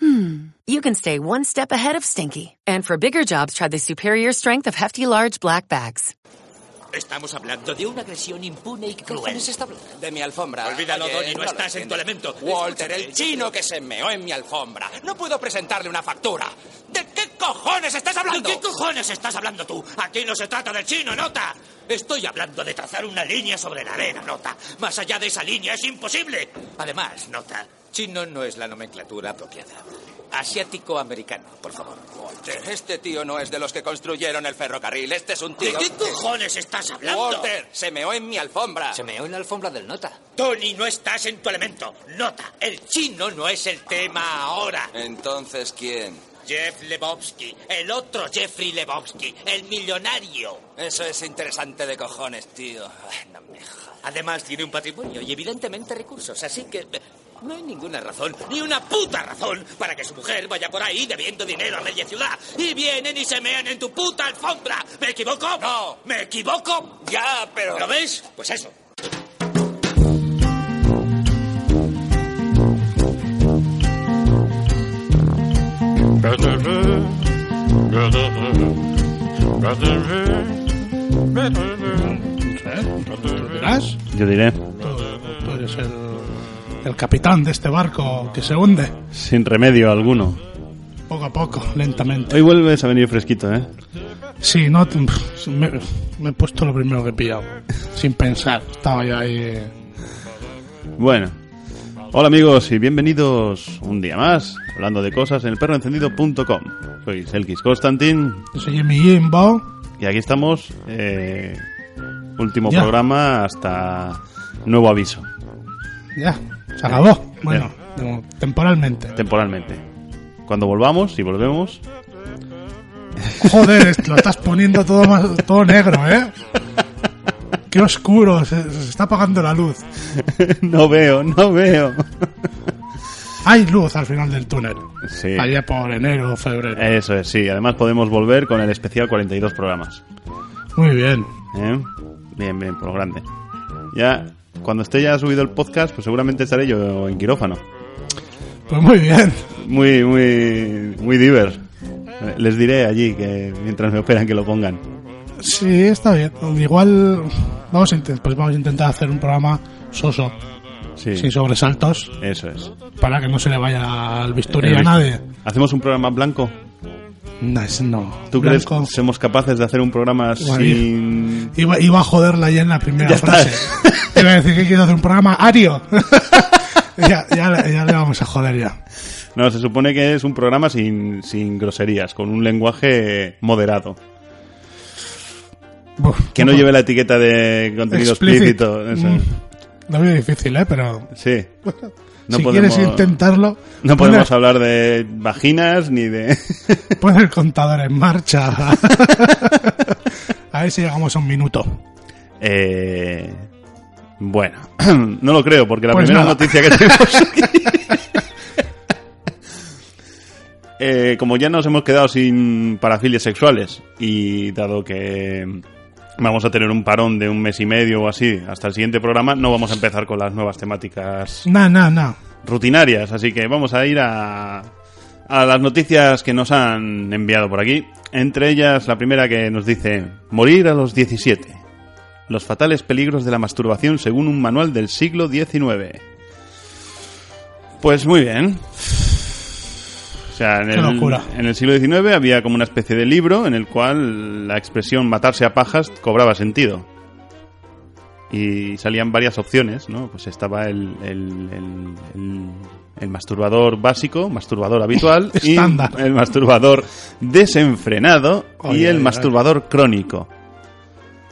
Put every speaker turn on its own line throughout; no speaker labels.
hmm, you can stay one step ahead of stinky. And for bigger jobs, try the superior strength of Hefty Large Black Bags.
Estamos hablando de una agresión impune y cruel.
¿Quién está hablando? De mi alfombra.
Olvídalo,
Oye,
Donny, no,
lo
estás en tu
entiendo.
elemento.
Walter,
Escúchame,
el chino que se meó en mi alfombra. No puedo presentarle una factura. ¿De qué cojones estás hablando?
¿De qué cojones estás hablando tú? Aquí no se trata del chino, nota. Estoy hablando de trazar una línea sobre la arena, nota. Más allá de esa línea es imposible. Además, nota,
Chino no es la nomenclatura apropiada. Asiático-americano, por favor. Walter, este tío no es de los que construyeron el ferrocarril. Este es un
¿de
tío...
qué cojones estás hablando?
Walter, se meó en mi alfombra.
Se meó en la alfombra del nota.
Tony, no estás en tu elemento. Nota, el chino no es el tema ahora.
Entonces, ¿quién?
Jeff Lebowski, el otro Jeffrey Lebowski, el millonario.
Eso es interesante de cojones, tío. Ay, No me jodas.
Además, tiene un patrimonio y evidentemente recursos, así que eh, no hay ninguna razón, ni una puta razón, para que su mujer vaya por ahí debiendo dinero a media ciudad. Y vienen y se mean en tu puta alfombra. ¿Me equivoco?
No.
¿Me equivoco?
Ya, pero...
¿Lo ves? Pues eso.
¿Lo dirás?
Yo diré,
Tú eres el, el capitán de este barco que se hunde
sin remedio alguno.
poco a poco, lentamente.
Hoy vuelves a venir fresquito, ¿eh?
Sí, no, te- pff, me, me he puesto lo primero que he pillado, sin pensar. Estaba yo ahí. eh.
Bueno. Hola amigos y bienvenidos un día más, hablando de cosas en elperroencendido.com. Soy Selkis Constantin
Yo soy Jimmy Jimbo.
y aquí estamos, eh, último
Ya.
programa hasta nuevo aviso,
Ya, se acabó. Bueno, no, temporalmente.
temporalmente. Cuando volvamos, si volvemos,
Joder, est- lo estás poniendo todo, más, todo negro, ¿eh? Qué oscuro, se, se está apagando la luz.
no veo, no veo.
Hay luz al final del túnel.
Sí. Eh.
Allá por enero o febrero.
Eso es, sí. Además podemos volver con el especial 42 programas.
Muy bien.
¿eh? Bien, bien, por lo grande. Ya, cuando esté ya subido el podcast, pues seguramente estaré yo en quirófano.
Pues muy bien.
Muy, muy, muy diver. Les diré allí que mientras me operan que lo pongan.
Sí, está bien. Igual vamos a, intent- pues vamos a intentar hacer un programa soso,
Sí,
sin sobresaltos,
eso es.
para que no se le vaya al bisturí
Eh,
a nadie.
¿Hacemos un programa blanco?
No, es- no.
¿Tú
Blanco.
crees que somos capaces de hacer un programa
Bueno,
sin...
Iba, iba a joderla ya en la primera
Ya está.
frase. Iba a decir que quiero hacer un programa ario. ya, ya, le- ya le vamos a joder ya.
No, se supone que es un programa sin, sin groserías, con un lenguaje moderado.
Buf,
Que no lleve la etiqueta de contenido
Explícito.
explícito. eso.
Mm, Lo veo difícil, ¿eh? Pero
Sí. No
si
podemos,
quieres intentarlo,
no
pon el-
podemos hablar de vaginas ni de...
pon el contador en marcha. a ver si llegamos a un minuto.
Eh, bueno, no lo creo, porque la
Pues
primera
nada.
noticia que tenemos aquí- Eh, como ya nos hemos quedado sin parafilias sexuales y dado que vamos a tener un parón de un mes y medio o así hasta el siguiente programa, no vamos a empezar con las nuevas temáticas
No, no, no.
rutinarias, así que vamos a ir a, a las noticias que nos han enviado por aquí. Entre ellas, la primera que nos dice, morir a los 17. Los fatales peligros de la masturbación según un manual del siglo XIX. Pues muy bien. O sea, en
Qué
el,
locura.
en el siglo XIX había como una especie de libro en el cual la expresión matarse a pajas cobraba sentido y salían varias opciones, ¿no? Pues estaba el, el, el- el- el masturbador básico, masturbador habitual, y
Estándar.
el masturbador desenfrenado y
Ay,
el
ay, ay.
masturbador crónico.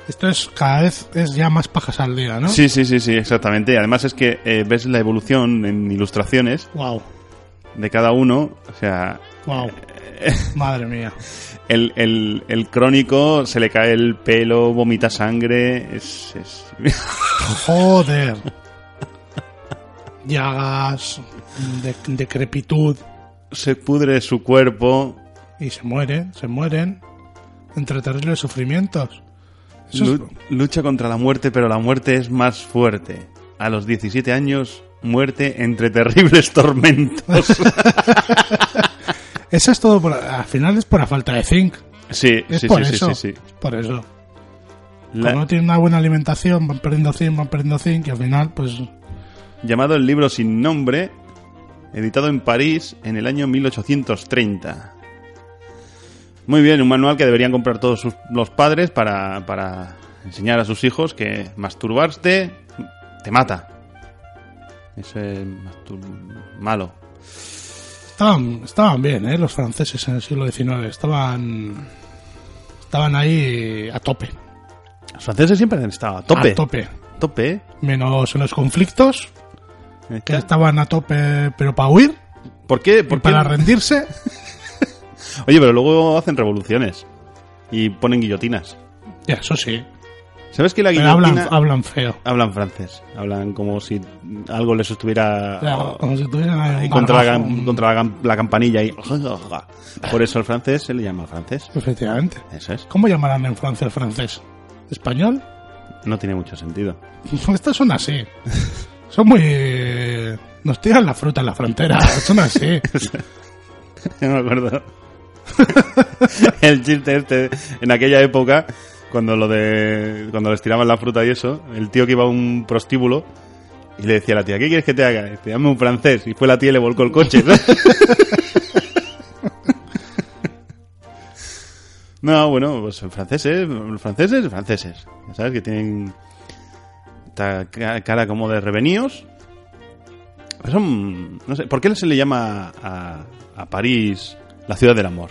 Esto es cada vez es ya más pajas al día, ¿no?
Sí, sí, sí, sí, exactamente. Además es que eh, ves la evolución en ilustraciones
Wow.
de cada uno. O sea,
Wow.
Eh,
Madre mía.
el, el- el crónico se le cae el pelo, vomita sangre. Es, es-
Joder. Llagas, de, decrepitud,
se pudre su cuerpo.
y se mueren, se mueren. Entre terribles sufrimientos. Eso es-
Lu- lucha contra la muerte, pero la muerte es más fuerte. A los 17 años, muerte entre terribles tormentos.
eso es todo. Por, al final es por la falta de zinc.
Sí,
Es
sí,
por
sí,
eso.
sí, sí, sí.
es Por eso.
La-
Como no tienen una buena alimentación, van perdiendo zinc, van perdiendo zinc, y al final, pues.
llamado el libro sin nombre, editado en París en el año 1830. Muy bien, un manual que deberían comprar todos sus- los padres para, para enseñar a sus hijos que masturbarte te mata. Eso es mastur- malo.
Estaban, estaban bien, ¿eh? Los franceses en el siglo XIX. Estaban. Estaban ahí a tope.
Los franceses siempre han estado a tope.
A tope.
Tope, ¿eh?
Menos en los conflictos, que
Está-
estaban a tope, pero para huir,
Eh, ¿Por qué?
y
¿Por qué?
para rendirse.
Oye, pero luego hacen revoluciones y ponen guillotinas.
Ya, eso sí.
¿Sabes que la
Pero
guillotina...
hablan, hablan feo.
Hablan francés, hablan como si algo les estuviera
Claro, como si tuvieran
ahí
ahí un
Ah. contra, la,
gargajo,
cam-
un-
contra la, cam- la campanilla y por eso el francés se le llama francés.
Efectivamente.
Eso es.
¿Cómo llamarán en Francia el francés? ¿Español?
No tiene mucho sentido.
Estas son así. Son muy... Nos tiran la fruta en la frontera. Son así.
Yo me acuerdo. el chiste este en aquella época cuando lo de cuando les tiraban la fruta y eso, el tío que iba a un prostíbulo y le decía a la tía, "¿Qué quieres que te haga?" Y dice, "Dame un francés." Y fue la tía y le volcó el coche. No, bueno, pues franceses, franceses, franceses. Ya sabes que tienen esta ca- cara como de revenidos. Pero son, no sé, ¿por qué se le llama a, a París la ciudad del amor?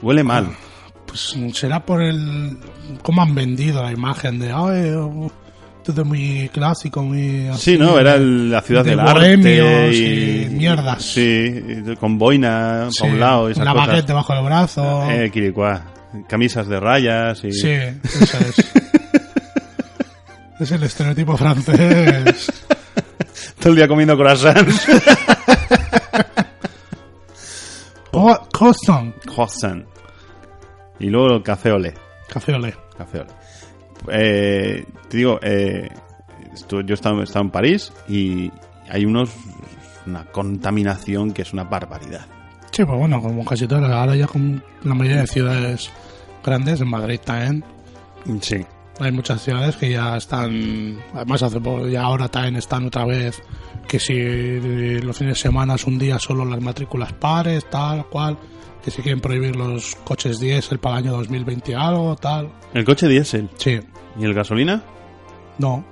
Huele mal.
Pues será por el... Cómo han vendido la imagen de... Ay, oh, esto es muy clásico, muy... así".
Sí, ¿no? Era el- la ciudad
de
del arte.
bohemios y mierdas.
Sí, y con boina
Sí,
pa' un lado y esas
Una
cosas.
baguette debajo del brazo.
Eh, quiricuá. Camisas de rayas y...
Sí, eso es. es el estereotipo francés.
Todo el día comiendo croissants.
Co- Coston.
Croissant. Y luego el café olé.
Café olé.
Café Olé. Eh, te digo, eh, estu- yo estaba, estaba en París y hay unos una contaminación que es una barbaridad.
Sí, pues bueno, como casi todas, ahora ya con la mayoría de ciudades grandes, en Madrid también,
Sí.
hay muchas ciudades que ya están, además hace poco, ya ahora también están otra vez, que si los fines de semana es un día solo las matrículas pares, tal, cual, que si quieren prohibir los coches diésel para el año 2020 algo, tal.
El coche diésel
Sí,
y el gasolina,
no.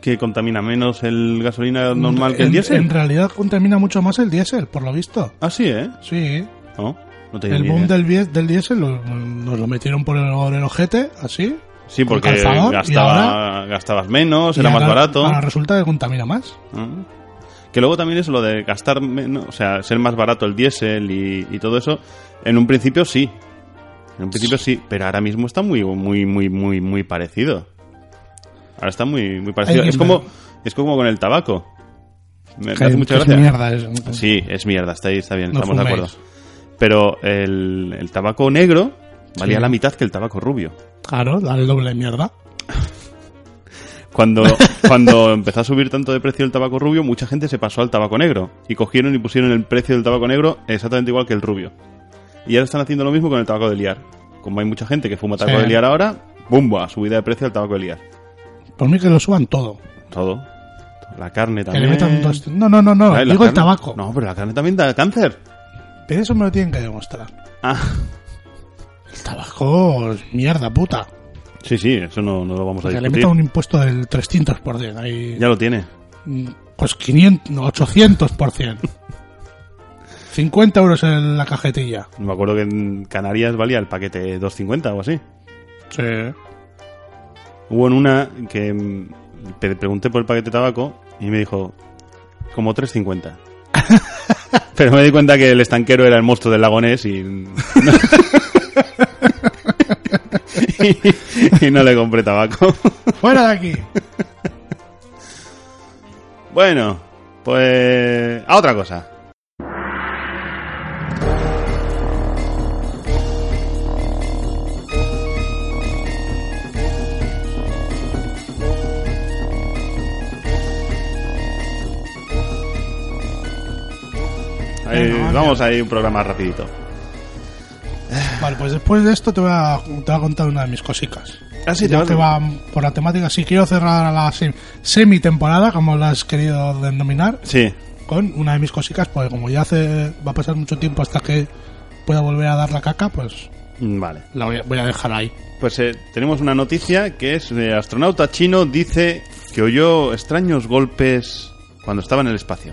que contamina menos el gasolina normal que el
En-
diésel.
En realidad contamina mucho más el diésel, por lo visto.
Ah, sí, ¿eh?
Sí,
No, no tenía
el
ni
boom
idea.
del, vie- del diésel lo- nos lo metieron por el, por el ojete, así.
Sí,
con
porque
calzador, y
gastaba- gastabas menos, Pues era
Y
más
ahora-
barato.
Ahora resulta que contamina más.
Ah. Que luego también es lo de gastar menos, o sea, ser más barato el diésel y, y todo eso. En un principio sí. En un principio sí, pero ahora mismo está muy, muy, muy, muy, muy parecido. Ahora está muy, muy parecido.
Hay que
Es como, es como con el tabaco. Me, me
Que-
hace mucha
que es
gracia.
mierda eso.
Sí, es mierda, está ahí, está bien,
No
estamos de acuerdo.
fuméis.
Pero el, el tabaco negro valía
Sí.
la mitad que el tabaco rubio.
Claro, dale doble de mierda.
Cuando, cuando empezó a subir tanto de precio el tabaco rubio, mucha gente se pasó al tabaco negro. Y cogieron y pusieron el precio del tabaco negro exactamente igual que el rubio. Y ahora están haciendo lo mismo con el tabaco de liar. Como hay mucha gente que fuma tabaco
Sí.
de liar ahora, ¡bumba! Subida de precio al tabaco de liar.
Por mí que lo suban todo.
Todo. La carne
Que le
también.
metan dos- No, no, no, no.
¿Sabes? La
Digo el
carne-
tabaco.
No, pero la carne también da cáncer.
Pero eso me lo tienen que demostrar.
Ah,
El tabaco es mierda, puta.
sí, sí, eso no, no lo vamos a
Que Pues le
discutir.
metan un impuesto del 300%. Ahí,
Ya lo tiene.
Mm, Pues 500, no, 800%. 50 euros en la cajetilla.
Me acuerdo que en Canarias valía el paquete 2.50 o así.
Sí.
Hubo en una que mm, pe- pregunté por el paquete de tabaco y me dijo como 3.50. Pero me di cuenta que el estanquero era el monstruo del lagonés y... y, y no le compré tabaco.
¡Fuera de aquí!
Bueno, pues... A otra cosa. Ahí,
Venga, vale.
vamos a ir un programa rapidito.
Vale, pues después de esto te voy a, te voy a contar una de mis cositas.
Ah, sí, te
ya
vas
que
a-
va por la temática. Si quiero cerrar la sem- semitemporada, como la has querido denominar,
Sí,
con una de mis cositas, pues como ya hace va a pasar mucho tiempo hasta que pueda volver a dar la caca, pues
mm, vale.
la voy a, voy a dejar ahí.
Pues eh, tenemos una noticia que es de astronauta chino dice que oyó extraños golpes cuando estaba en el espacio.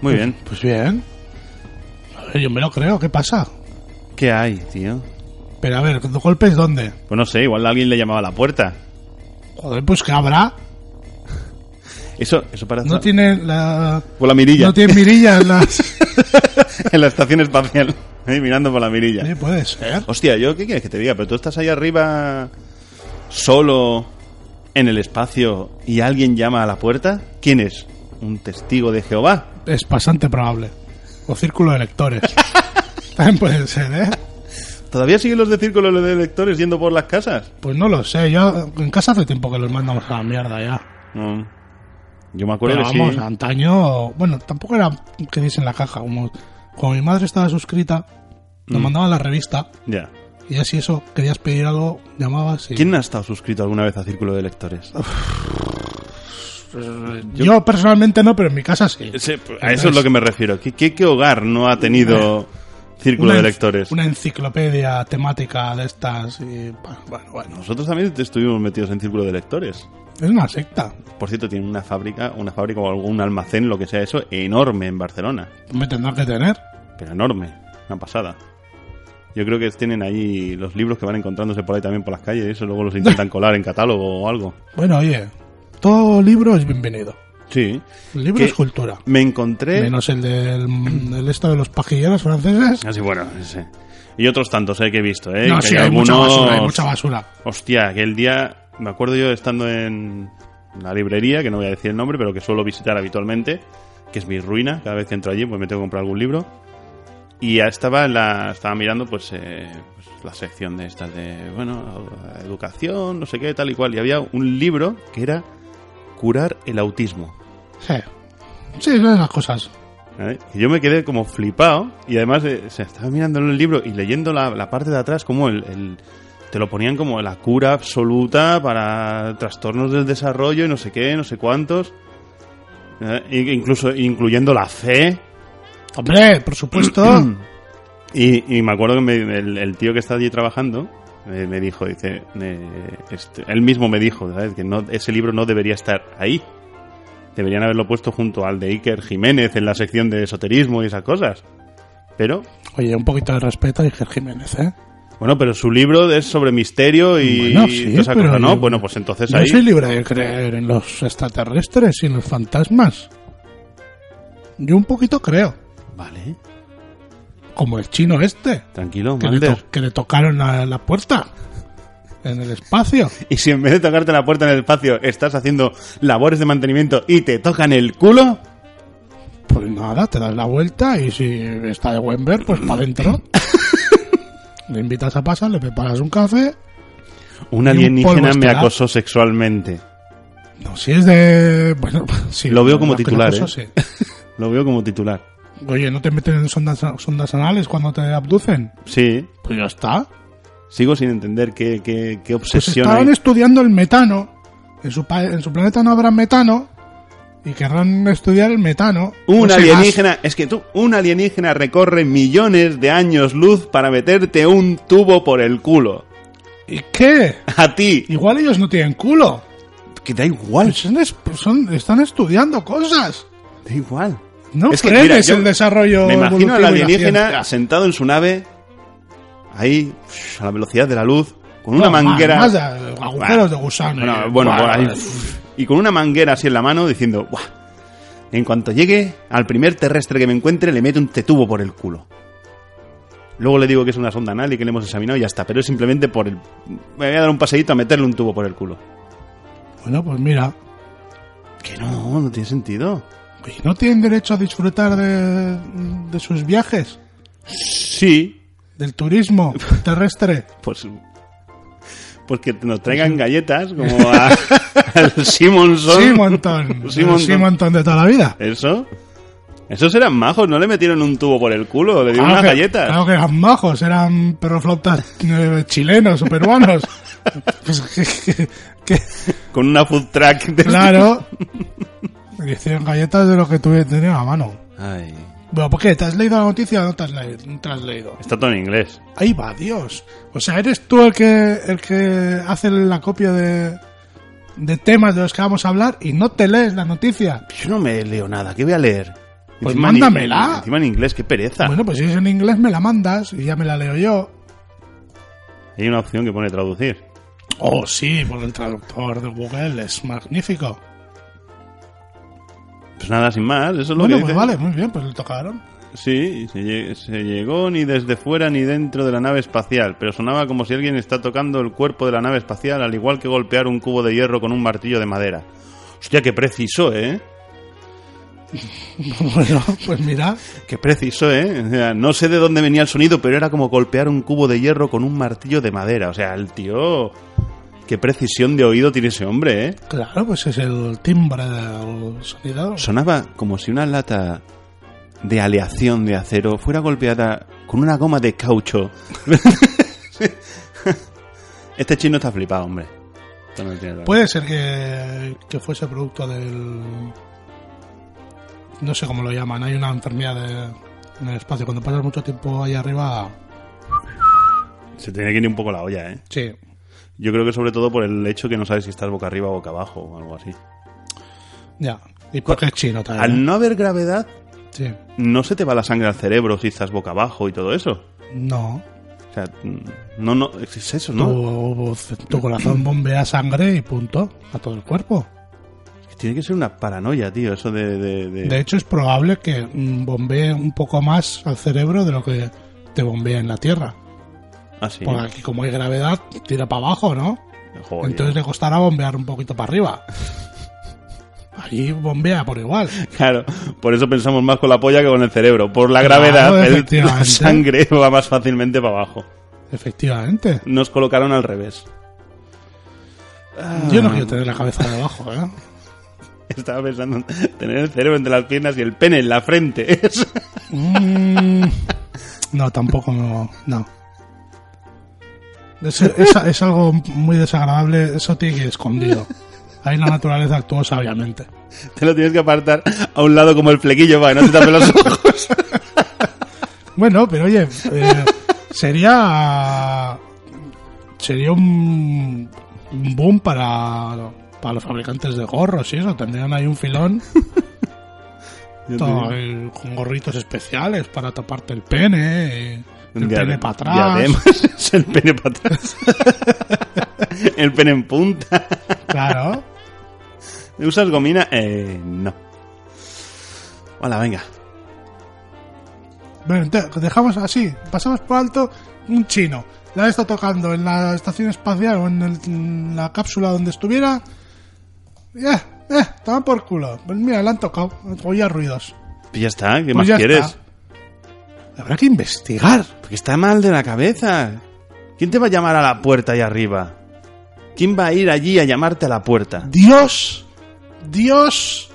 Muy bien.
Pues bien. A ver, yo me lo creo, ¿qué pasa?
¿Qué hay, tío?
Pero a ver, ¿golpes dónde?
Pues no sé, igual alguien le llamaba a la puerta.
Joder, pues que habrá.
Eso, eso para
No tiene la.
por la mirilla
No tiene mirillas las.
en la estación espacial, ahí mirando por la mirilla.
Sí, puede ser.
Hostia, yo qué quieres que te diga, pero tú estás ahí arriba solo en el espacio y alguien llama a la puerta. ¿Quién es? Un testigo de Jehová.
Es bastante probable. O círculo de lectores. También puede ser, ¿eh?
¿Todavía siguen los de círculo de lectores yendo por las casas?
Pues no lo sé, yo en casa hace tiempo que los mandamos a la mierda ya.
No. Yo me acuerdo
Pero
que
vamos,
sí.
antaño, bueno, tampoco era que diesen la caja, como como mi madre estaba suscrita, nos
Mm.
mandaban la revista
Ya.
y así eso, querías pedir algo, llamabas y...
¿Quién ha estado suscrito alguna vez a círculo de lectores?
Yo, personalmente no, pero en mi casa sí.
Ese- a eso es lo que me refiero. ¿Qué, qué, qué hogar no ha tenido círculo
Una
de
en-
lectores?
Una enciclopedia temática de estas y... Bueno, bueno,
Nosotros también estuvimos metidos en círculo de lectores.
es una secta.
Por cierto, tienen una fábrica, una fábrica o algún almacén, lo que sea eso, enorme en Barcelona.
Me tendrán que tener.
Pero enorme, una pasada. Yo creo que tienen ahí los libros que van encontrándose por ahí también por las calles, y eso luego los intentan colar en catálogo o algo.
Bueno, oye, todo libro es bienvenido.
Sí.
El libro
¿Qué?
es cultura.
Me encontré.
Menos el del, del esto de los pajilleros franceses.
Así Ah, bueno, ese. Y otros tantos eh, que he visto, ¿eh?
no,
Que
sí, hay mucha basura, hay mucha basura.
Hostia, aquel día, me acuerdo yo estando en la librería, que no voy a decir el nombre, pero que suelo visitar habitualmente, que es mi ruina, cada vez que entro allí, pues me tengo que comprar algún libro. Y ya estaba, en la, estaba mirando pues, eh, pues, la sección de estas de, bueno, educación, no sé qué, tal y cual. Y había un libro que era Curar el autismo.
Sí, sí son esas cosas.
¿vale? Y yo me quedé como flipado y además eh, se estaba mirando el libro y leyendo la, la parte de atrás como el, el- te lo ponían como la cura absoluta para trastornos del desarrollo y no sé qué, no sé cuántos. ¿eh? E incluso incluyendo la fe.
Hombre, por supuesto.
Y, y me acuerdo que me- el, el tío que está allí trabajando eh, me dijo, dice, eh, este- él mismo me dijo, ¿sabes? Que no, ese libro no debería estar ahí. Deberían haberlo puesto junto al de Iker Jiménez en la sección de esoterismo y esas cosas. Pero,
oye, un poquito de respeto a Iker Jiménez, ¿eh?
bueno, pero su libro es sobre misterio y
Bueno, sí,
toda esa
pero
cosa, ¿no?
yo-
Bueno, pues entonces
Yo
ahí...
soy libre de creer en los extraterrestres y en los fantasmas. Yo un poquito creo.
Vale,
Como el chino este,
tranquilo,
que, le,
Mander.
to- que le tocaron la, la puerta en el espacio.
Y si en vez de tocarte la puerta en el espacio estás haciendo labores de mantenimiento y te tocan el culo...
Pues nada, te das la vuelta y si está de buen ver, pues para adentro. le invitas a pasar, le preparas un café.
Un
Y un polvo
alienígena me
estelar.
acosó sexualmente.
No, si es de. Bueno, sí.
Lo veo como
las que
titular,
las
¿eh?
sí.
Lo veo como titular.
Oye, ¿no te meten en sondas, sondas anales cuando te abducen?
Sí.
Pues ya está.
Sigo sin entender qué, qué, qué
Pues
obsesión
estaban
hay.
estudiando el metano. En su, pa- en su planeta no habrá metano. Y querrán estudiar el metano.
Un
Ese gas.
alienígena, es que tú, un alienígena recorre millones de años luz para meterte un tubo por el culo.
¿Y qué?
A ti.
Igual ellos no tienen culo.
Que da igual,
Pues son es- son- están estudiando cosas.
da igual.
No
Es que,
frenes
mira, yo
el desarrollo.
Me imagino
evolutivo
al
y la
alienígena
ciencia.
sentado en su nave, ahí, uff, a la velocidad de la luz, con una
No, más-
manguera.
más de agujeros de gusano. eh.
Bueno, bueno,
Buah,
por ahí. Y con una manguera así en la mano diciendo, "Buah, En cuanto llegue, al primer terrestre que me encuentre le meto un tetubo por el culo. Luego le digo que es una sonda anal y que le hemos examinado y ya está, pero es simplemente por el... Me voy a dar un paseíto a meterle un tubo por el culo.
Bueno, pues mira,
Que no, no tiene sentido.
que no tienen derecho a disfrutar de, de sus viajes,
Sí,
del turismo terrestre.
pues... Pues que nos traigan galletas como a, al Simonson.
Sí, montón. Sí,
Simonton.
montón de toda la vida.
¿Eso? Esos eran majos, no le metieron un tubo por el culo, le dieron
Claro
unas
que-
galletas.
Claro que eran majos, eran perroflautas eh, chilenos o peruanos. Pues que- que- que-
Con una food track de...
claro. Le hicieron galletas de lo que tuve tenía a mano.
Ay,
Bueno, ¿por qué? ¿Te has leído la noticia o no te has leído? No te has leído.
está todo en inglés.
Ahí va, Dios. O sea, eres tú el que, el que hace la copia de, de temas de los que vamos a hablar y no te lees la noticia.
Yo no me leo nada, ¿qué voy a leer?
Pues
en-
mándamela.
encima en inglés, qué pereza.
Bueno, pues si es en inglés me la mandas y ya me la leo yo.
Hay una opción que pone traducir.
Oh, sí, por el traductor de Google es magnífico.
Pues nada, sin más, eso es lo
Bueno,
que
pues
dice.
vale, muy bien, pues lo tocaron.
Sí, se, lle- se llegó ni desde fuera ni dentro de la nave espacial, pero sonaba como si alguien está tocando el cuerpo de la nave espacial, al igual que golpear un cubo de hierro con un martillo de madera. Hostia, qué preciso, ¿eh?
Bueno, pues mira,
Qué preciso, ¿eh? O sea, no sé de dónde venía el sonido, pero era como golpear un cubo de hierro con un martillo de madera. O sea, el tío... Qué precisión de oído tiene ese hombre, ¿eh?
claro, pues es el timbre del sonido.
Sonaba como si una lata de aleación de acero fuera golpeada con una goma de caucho. este chino está flipado, hombre. Esto no tiene nada.
Puede ser que, que fuese producto del... No sé cómo lo llaman, hay una enfermedad de- en el espacio. Cuando pasas mucho tiempo ahí arriba...
Se tiene que ir un poco la olla, ¿eh?
Sí.
Yo creo que sobre todo por el hecho que no sabes si estás boca arriba o boca abajo o algo así.
Ya. Y porque es chino
Al
también.
no haber gravedad,
Sí.
no se te va la sangre al cerebro si estás boca abajo y todo eso.
No.
O sea, no, no, es eso, ¿no?
Tu, tu corazón bombea sangre y punto. A todo el cuerpo.
Tiene que ser una paranoia, tío, eso de... de- de-
De hecho, es probable que mm, bombee un poco más al cerebro de lo que te bombea en la Tierra.
Ah, sí.
Porque aquí, como hay gravedad, tira para abajo, ¿no?
Joder.
Entonces le costará bombear un poquito para arriba. Allí bombea por igual.
Claro, por eso pensamos más con la polla que con el cerebro. Por la
Claro,
gravedad, el- la
efectivamente.
sangre va más fácilmente para abajo.
Efectivamente.
Nos colocaron al revés.
Yo no quiero tener la cabeza de abajo, ¿eh?
Estaba pensando en tener el cerebro entre las piernas y el pene en la frente. Es-
Mm, no, tampoco no. no. Es, es- es algo muy desagradable, eso tiene que ir escondido. Ahí la naturaleza actúa sabiamente.
Te lo tienes que apartar a un lado como el flequillo para que no te tapen los ojos.
Bueno, pero oye, eh, sería sería un, un boom para, para los fabricantes de gorros y eso. Tendrían ahí un filón
Yo te
todo
digo,
el- con gorritos especiales para taparte el pene, y el
dia-
pene para atrás.
diademas, es el pene para atrás. el pene en punta.
Claro.
¿Usas gomina? Eh, no. Hola, venga.
Bueno, te- dejamos así, pasamos por alto un chino. La está tocando en la estación espacial o en, el- en la cápsula donde estuviera. Ya, eh, toma por culo. Pues mira, la han tocado. Oía ruidos.
Pues ya está, ¿qué
Pues
más
ya
quieres?
está. Habrá que investigar.
Porque está mal de la cabeza. ¿Quién te va a llamar a la puerta ahí arriba? ¿Quién va a ir allí a llamarte a la puerta?
Dios, Dios,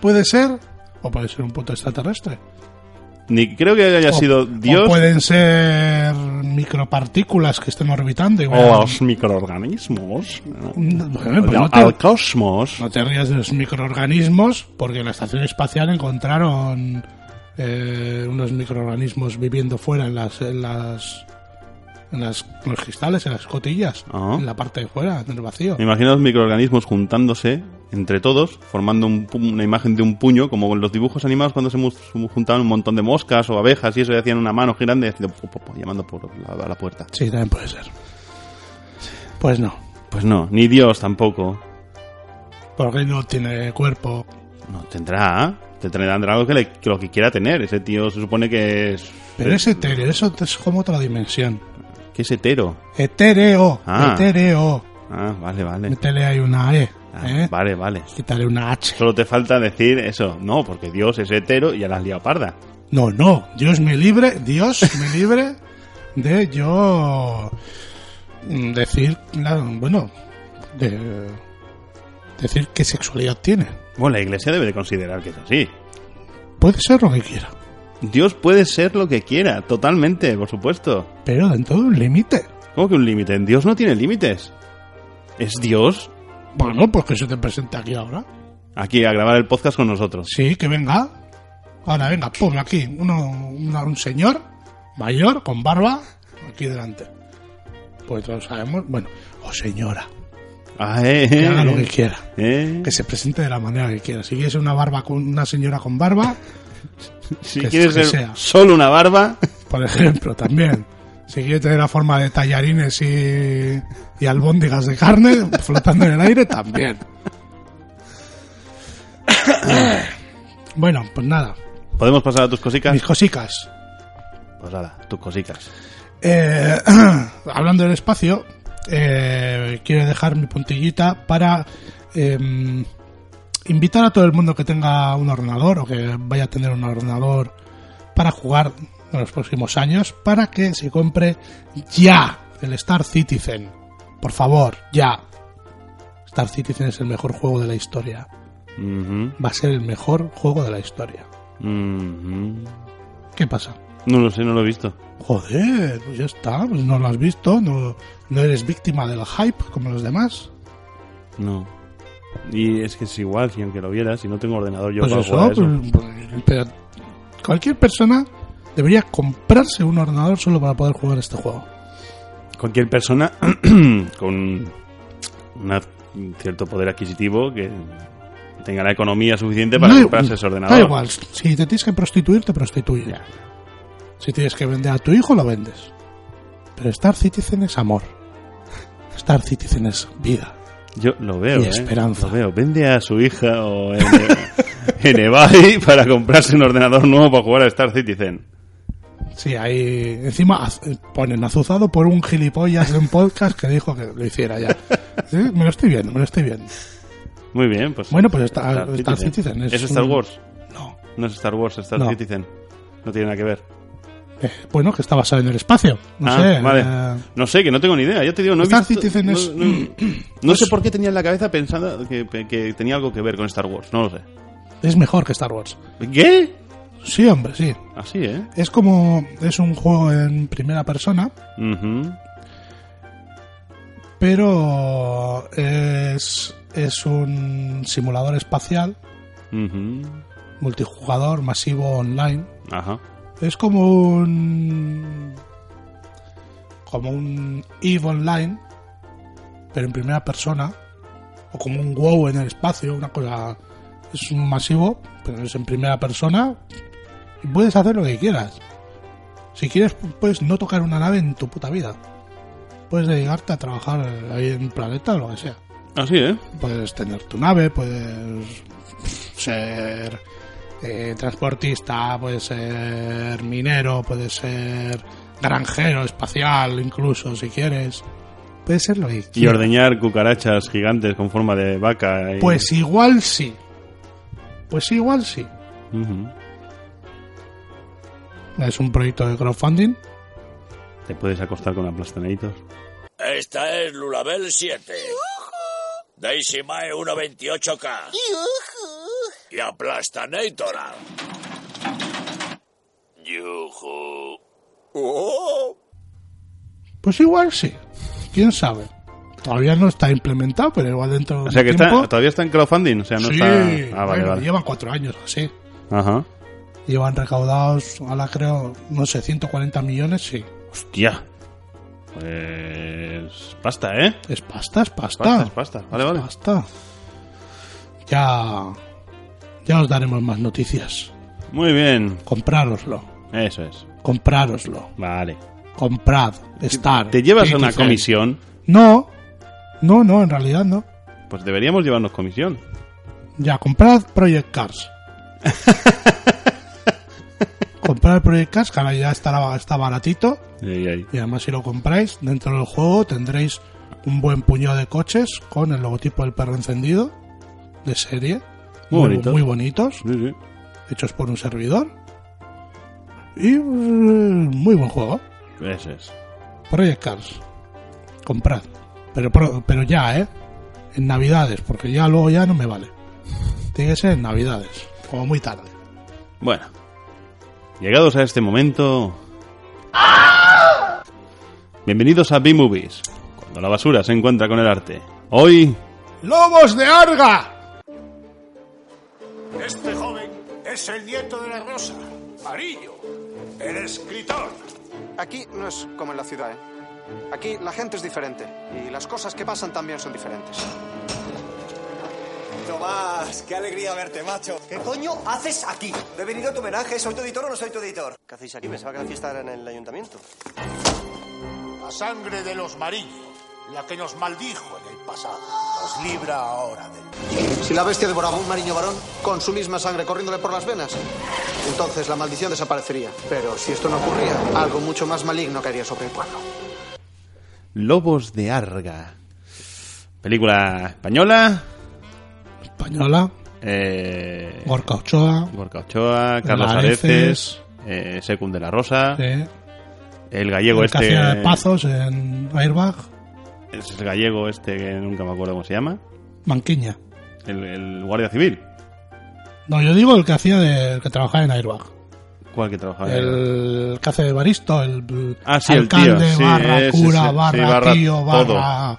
puede ser, o puede ser un puto extraterrestre.
Ni creo que haya
O-
sido Dios
O
o,
pueden ser micropartículas que estén orbitando. y vayan-
los microorganismos. ¿no?
Bueno, pues no
No, al
te-
cosmos.
No te rías de los microorganismos, porque en la estación espacial encontraron eh, unos microorganismos viviendo fuera en las, en las, en las- en los cristales, en las escotillas,
Ah.
en la parte de fuera, en el vacío.
Me imagino los microorganismos juntándose entre todos, formando un pu- una imagen de un puño, como en los dibujos animados cuando se mu- su- juntaban un montón de moscas o abejas y eso, y hacían una mano grande haciendo pu- pu- pu- oh", llamando por la- a la puerta.
Sí, también puede ser. Pues no,
Pues no, ni Dios tampoco.
porque no tiene cuerpo.
No, tendrá. Tendrá algo que, le- que lo que quiera tener. Ese tío se supone que es.
Pero es etéreo, eso es como otra dimensión.
Que es hetero.
Etéreo,
Ah.
etéreo.
Ah, vale, vale.
Métele ahí una E.
Ah,
¿eh?
Vale, vale.
Quítale una H.
Solo te falta decir eso. No, porque Dios es hetero y ya la has liado parda.
No, no, Dios me libre, Dios me libre de yo mm, decir, la- bueno, de decir qué sexualidad tiene.
Bueno, la iglesia debe de considerar que es así.
Puede ser lo que quiera,
Dios puede ser lo que quiera, totalmente, por supuesto.
pero dentro de un límite.
¿Cómo que un límite? Dios no tiene límites. ¿Es Dios?
Bueno, pues que se te presente aquí ahora.
Aquí a grabar el podcast con nosotros.
Sí, que venga. Ahora venga, pum, aquí, uno, una- un señor mayor con barba aquí delante. Pues todos sabemos, bueno, o señora,
Ah, eh,
que haga lo que
eh,
quiera.
eh.
Que se presente de la manera que quiera. Si quieres una barba con una señora con barba,
Si
que-
quieres
que
ser
sea.
solo una barba,
por ejemplo, también. Si quieres tener la forma de tallarines y, y albóndigas de carne flotando en el aire, también. bueno, pues nada.
¿podemos pasar a tus cosicas?
Mis cosicas.
Pues nada, tus cosicas.
Eh, hablando del espacio, eh, quiero dejar mi puntillita para eh, invitar a todo el mundo que tenga un ordenador o que vaya a tener un ordenador para jugar en los próximos años para que se compre ya el Star Citizen. Por favor, ya. Star Citizen es el mejor juego de la historia.
Ujú,
Va a ser el mejor juego de la historia.
ujú.
¿Qué pasa?
No lo sé, no lo he visto.
Joder, pues ya está, pues no lo has visto, no, no eres víctima del hype como los demás.
No. Y es que es igual, si aunque lo vieras, si no tengo ordenador yo
pues
para
eso,
jugar a eso.
pues- pues- pero cualquier persona debería comprarse un ordenador solo para poder jugar este juego. pues.
Cualquier persona con una- un cierto poder adquisitivo que tenga la economía suficiente para
No,
comprarse ese ordenador.
Da igual, si te tienes que prostituir, te prostituyes. Si tienes que vender a tu hijo, lo vendes. Pero Star Citizen es amor. Star Citizen es vida.
Yo lo veo,
Y
¿eh?
esperanza.
Lo veo. Vende a su hija o en, en eBay para comprarse un ordenador nuevo para jugar a Star Citizen.
Sí, ahí encima az- ponen azuzado por un gilipollas de un podcast que dijo que lo hiciera ya. Sí, Me lo estoy viendo, me lo estoy viendo.
Muy bien, pues.
Bueno, pues Star- Star Citizen
es,
es
Star
un-
Wars.
No.
No es Star Wars, es Star
No.
Citizen. No tiene nada que ver.
Eh, bueno, que está basado en el espacio. No
ah,
sé.
vale.
eh,
No sé, que no tengo ni idea. Yo te digo, no he
Star
visto-
Citizen
no-
es-
no- no sé por qué tenía en la cabeza pensando que, que tenía algo que ver con Star Wars. No lo sé.
es mejor que Star Wars.
¿Qué?
Sí, hombre, sí.
Así, ¿eh?
Es como. Es un juego en primera persona,
Ujú.
pero es. Es un simulador espacial,
Ujú.
multijugador, masivo, online.
Ajá.
Es como un. Como un EVE Online, pero en primera persona. O como un WoW en el espacio, una cosa. Es un masivo, pero es en primera persona. Y puedes hacer lo que quieras. Si quieres, puedes no tocar una nave en tu puta vida. Puedes dedicarte a trabajar ahí en un planeta o lo que sea.
Así, ¿eh?
Puedes tener tu nave, puedes ser eh, transportista, puedes ser minero, puedes ser granjero espacial, incluso si quieres. Puedes ser lo que
Y
quieras.
ordeñar cucarachas gigantes con forma de vaca. y-
Pues igual sí. Pues igual sí.
Ujú.
Es un proyecto de crowdfunding.
Te puedes acostar con aplastonaditos.
Pues,
Esta es Lulabel 7. Daisy Mae 128K. Y Aplastanatora. Yuhu. Oh.
Pues igual sí. ¿Quién sabe? Todavía no está implementado, pero igual dentro de
O sea que está-
tiempo...
todavía está en crowdfunding. O sea, no
sí,
está. Ah, vale,
bueno,
vale.
llevan cuatro años así.
Ajá.
Llevan recaudados, ahora creo, no sé, 140 millones, sí.
Hostia. Pues. Pasta, ¿eh?
Es pasta, es pasta.
Pasta, es pasta. Vale, vale.
Pasta. Ya. Ya os daremos más noticias.
Muy bien.
Comprároslo.
Eso es.
Comprároslo.
Vale.
Comprad. Estar.
¿Te llevas a una
Citizen.
comisión?
No. No, no, en realidad no.
Pues deberíamos llevarnos comisión.
Ya, comprad Project Cars. comprad Project Cars, que ahora ya estará, está baratito.
Ahí, ahí.
Y además si lo compráis, dentro del juego tendréis un buen puñado de coches con el logotipo del perro encendido de serie.
Muy bonito.
muy bonitos,
Sí, sí.
hechos por un servidor. Y eh, muy buen juego.
Ese es.
Project Cars. Comprad. Pero, pro- pero ya, ¿eh? En Navidades, porque ya luego ya no me vale. Tiene que ser en Navidades, como muy tarde.
Bueno, llegados a este momento. Bienvenidos a B-Movies, cuando la basura se encuentra con el arte. Hoy,
¡Lobos de Arga!
Este joven es el nieto de la rosa, Amarillo, el escritor.
Aquí no es como en la ciudad, ¿eh? Aquí la gente es diferente y las cosas que pasan también son diferentes.
Tomás, qué alegría verte, macho. ¿Qué coño haces aquí? No he venido a tu homenaje, ¿soy tu editor o no soy tu editor? ¿Qué hacéis aquí? Pensaba que la fiesta era en el ayuntamiento.
La sangre de los Marillo, la que nos maldijo en el pasado, nos libra ahora del...
Si la bestia devoraba a un mariño varón con su misma sangre corriéndole por las venas, entonces la maldición desaparecería. Pero si esto no ocurría, algo mucho más maligno caería sobre el pueblo.
Lobos de Arga. Película española.
Española,
Eh,
Gorka Ochoa,
Gorka Ochoa, Carlos
Areces.
Areces, eh, Secund de la Rosa,
eh,
el gallego
el que
este.
hacía de Pazos en Airbag,
Es el gallego este que nunca me acuerdo cómo se llama.
Manquiña.
El, el guardia civil.
No, yo digo el que hacía de el que trabajaba en Airbag.
¿Cuál que trabajaba?
El que hace de Baristo, el
Ah, sí, el tío,
alcalde,
sí,
barra
ese,
cura,
sí, sí,
barra,
barra
tío,
todo.
barra...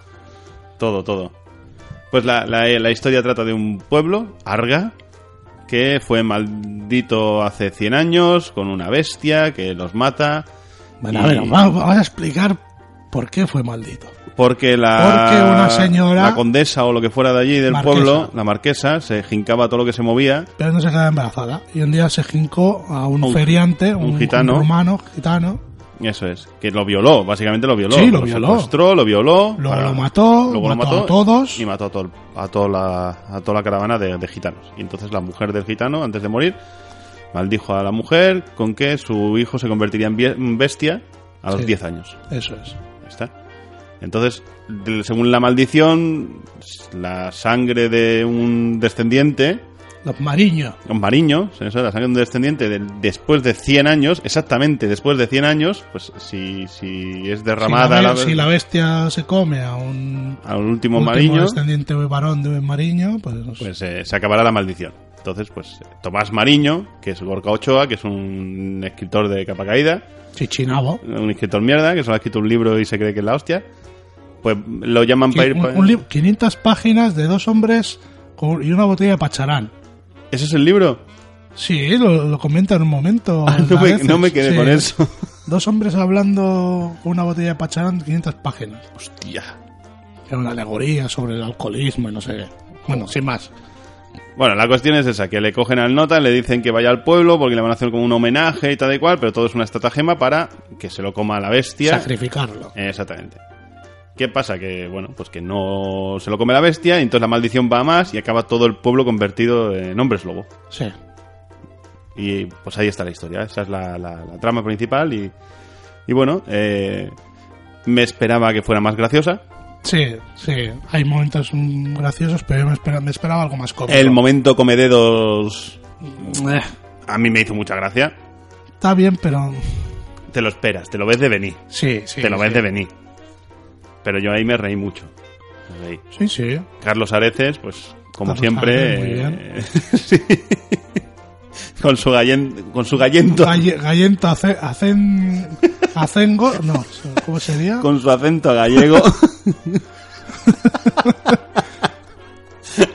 Todo, todo. Pues la, la- la historia trata de un pueblo, Arga, que fue maldito hace 100 años con una bestia que los mata.
Bueno, a
Y-
ver, vamos, vamos a explicar por qué fue maldito.
Porque la,
Porque una señora-
la condesa o lo que fuera de allí del
Marquesa.
pueblo, la marquesa, se jincaba todo lo que se movía.
Pero no se quedaba embarazada. Y un día se jincó a un,
A un-
feriante,
un
un,
gitano.
un rumano, gitano.
Eso es, que lo violó, básicamente lo violó.
Sí, lo violó.
secuestró, lo violó.
Luego lo mató, mató a todos.
Y mató a, todo el- a toda, la, a toda la caravana de, de gitanos. Y entonces la mujer del gitano, antes de morir, maldijo a la mujer con que su hijo se convertiría en bie- en bestia a los
Sí.
10 años.
Eso es.
Ahí está. Entonces, de- según la maldición, la sangre de un descendiente,
Los mariños.
un mariño, eso, la sangre de un descendiente de- después de 100 años, exactamente después de 100 años, pues si, si es
Si,
derramada
la,
la-
be- si la bestia se come a un
al último,
último
mariño,
descendiente varón de un mariño, pues,
pues eh, se acabará la maldición. Entonces, pues Tomás Mariño, que es Gorka Ochoa, que es un escritor de capa caída,
chichinabo.
un escritor mierda, que solo ha escrito un libro y se cree que es la hostia, pues lo llaman para ir...
Un-
pa-
un libro- 500 páginas de dos hombres con- y una botella de pacharán.
¿Ese es el libro?
Sí, lo, lo comenta en un momento.
Ah, no, me,
Areces.
no me quedé
Sí.
con eso.
Dos hombres hablando con una botella de pacharán, 500 páginas. Pues,
Hostia.
Era una alegoría sobre el alcoholismo y no sé qué. Bueno, sin más.
Bueno, la cuestión es esa, que le cogen al nota, le dicen que vaya al pueblo porque le van a hacer como un homenaje y tal y cual, pero todo es una estratagema para que se lo coma a la bestia.
Sacrificarlo.
Exactamente. ¿Qué pasa? Que, bueno, pues que no se lo come la bestia y entonces la maldición va a más y acaba todo el pueblo convertido en hombres lobo.
Sí.
Y pues ahí está la historia, esa es la, la- la trama principal y, y bueno, eh, me esperaba que fuera más graciosa.
Sí, sí. Hay momentos mm, graciosos, pero yo me esperaba, me esperaba algo más cómico.
El momento comededos
Eh,
a mí me hizo mucha gracia.
está bien, pero.
Te lo esperas, te lo ves de venir.
Sí, sí.
te lo ves
sí.
de venir. Pero yo ahí me reí mucho. Me reí.
Sí, sí.
Carlos Areces, pues como
Carlos
siempre,
Areces, muy
eh, sí. con su gallen, con su gallento,
Galle- Gallento hace- hacen. Hacengo. No, ¿cómo sería?
con su acento gallego.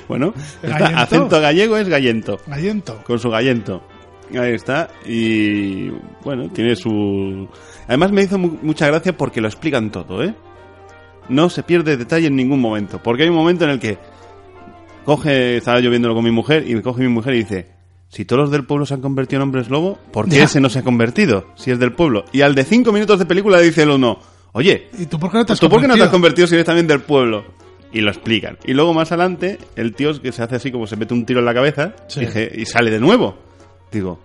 bueno, está,
¿Gallento?
acento gallego es gallento,
Gallento.
con su gallento. Ahí está y bueno, tiene su Además me hizo mu- mucha gracia porque lo explican todo, ¿eh? No se pierde detalle en ningún momento, porque hay un momento en el que coge, estaba yo viéndolo con mi mujer, y me coge mi mujer y dice, si todos los del pueblo se han convertido en hombres lobo, ¿por qué
Ya.
ese no se ha convertido? Si es del pueblo. Y al de cinco minutos de película le dice el uno, oye,
¿Y tú por qué no te has
¿tú por qué no te has
convertido?
convertido si eres también del pueblo? Y Y lo explican. Y luego más adelante, el tío que se hace así como se mete un tiro en la cabeza
Sí.
dije, y sale de nuevo. Digo,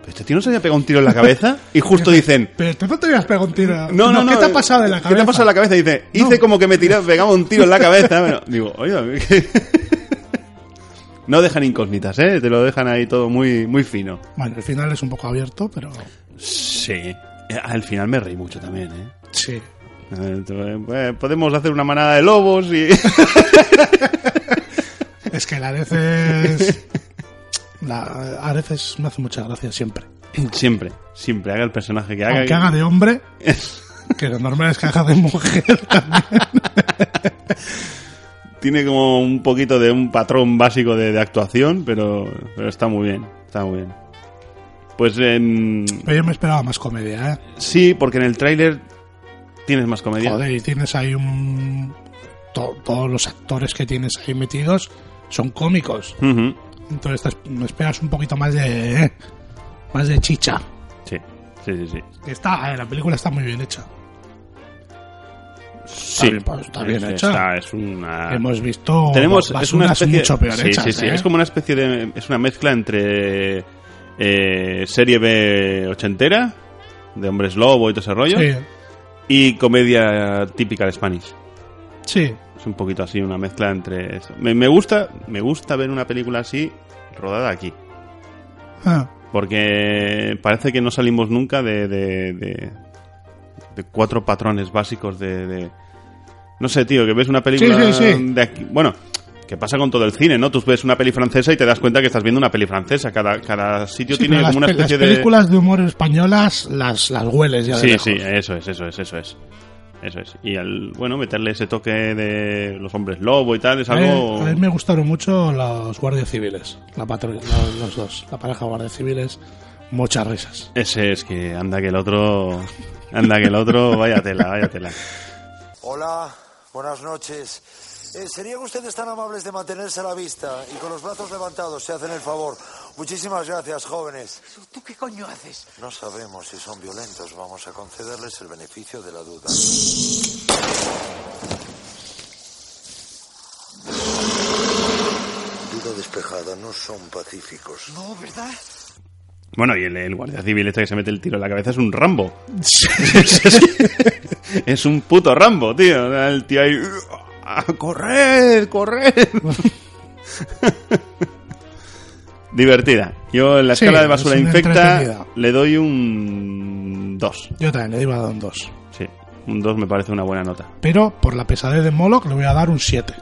"¿Pero ¿este tío no se había pegado un tiro en la cabeza? Y justo dicen,
Pero tú no te habías pegado un tiro.
no, no, no.
¿Qué te ha
eh,
pasado en la cabeza?
¿Qué te ha pasado en la cabeza? Dice, hice como que me tiraba, pegaba un tiro en la cabeza. Bueno, digo, oye, a mí que- no dejan incógnitas, ¿eh? Te lo dejan ahí todo muy, muy fino.
Bueno, el final es un poco abierto, pero
Sí. Eh, Al final me reí mucho también, ¿eh?
sí.
Eh, eh, Podemos hacer una manada de lobos y...
Es que la Areces La Areces me hace mucha gracia siempre.
siempre, siempre, haga el personaje que haga.
Aunque haga de hombre, que lo normal es que haga de mujer.
Tiene como un poquito de un patrón básico de, de actuación, pero, pero está muy bien, está muy bien. Pues en...
Pero yo me esperaba más comedia, ¿eh?
Sí, porque en el tráiler tienes más comedia.
Joder, y tienes ahí un. to- todos los actores que tienes ahí metidos son cómicos.
Ujú,
Entonces te es- me esperas un poquito más de. eh, más de chicha.
Sí, sí, sí. sí.
Que Está, a ver, la película está muy bien hecha.
Sí,
bien, pues, está bien
es-
hecha.
está- es una...
Hemos visto.
Ah. Tenemos, es una
basuras
especie...
mucho peor
sí,
hechas,
sí, sí,
¿eh?
Es como una especie de... Es una mezcla entre eh, serie B ochentera, de hombres lobo y todo ese rollo,
Sí,
y comedia típica de Spanish.
sí.
Es un poquito así, una mezcla entre eso. Me, me gusta, me gusta ver una película así rodada aquí.
Ah,
Porque parece que no salimos nunca de, de, de- de cuatro patrones básicos de, de- No sé, tío, que ves una película
Sí, sí, sí.
de aquí... Bueno, que pasa con todo el cine, ¿no? Tú ves una peli francesa y te das cuenta que estás viendo una peli francesa. Cada, cada sitio
sí,
tiene
pero las
como una
pe-
especie
las
de...
películas de humor españolas las, las hueles ya de
Sí,
lejos.
sí, eso es, eso es, eso es. Eso es. Y al, bueno, meterle ese toque de los hombres lobo y tal, es
A mí-
algo...
A mí me gustaron mucho los guardias civiles, la patrulla, los, los dos, la pareja de guardias civiles, muchas risas.
Ese es que anda que el otro... Anda que el otro, vaya tela, vaya tela.
Hola, buenas noches. Eh, ¿Serían ustedes tan amables de mantenerse a la vista y con los brazos levantados se hacen el favor? Muchísimas gracias, jóvenes.
¿Tú qué coño haces?
No sabemos si son violentos. Vamos a concederles el beneficio de la duda. Duda despejada, no son pacíficos.
No, ¿verdad?
Bueno, y el, el guardia civil este que se mete el tiro en la cabeza es un Rambo. es un puto Rambo, tío. El tío ahí... "Ah, ¡Corred, corred! Divertida. Yo en la
Sí,
escala de
es
basura
una
infecta
entretenida.
le doy un 2.
Yo también le iba a dar un 2.
Sí, un 2 me parece una buena nota.
Pero por la pesadez de Moloch le voy a dar un 7.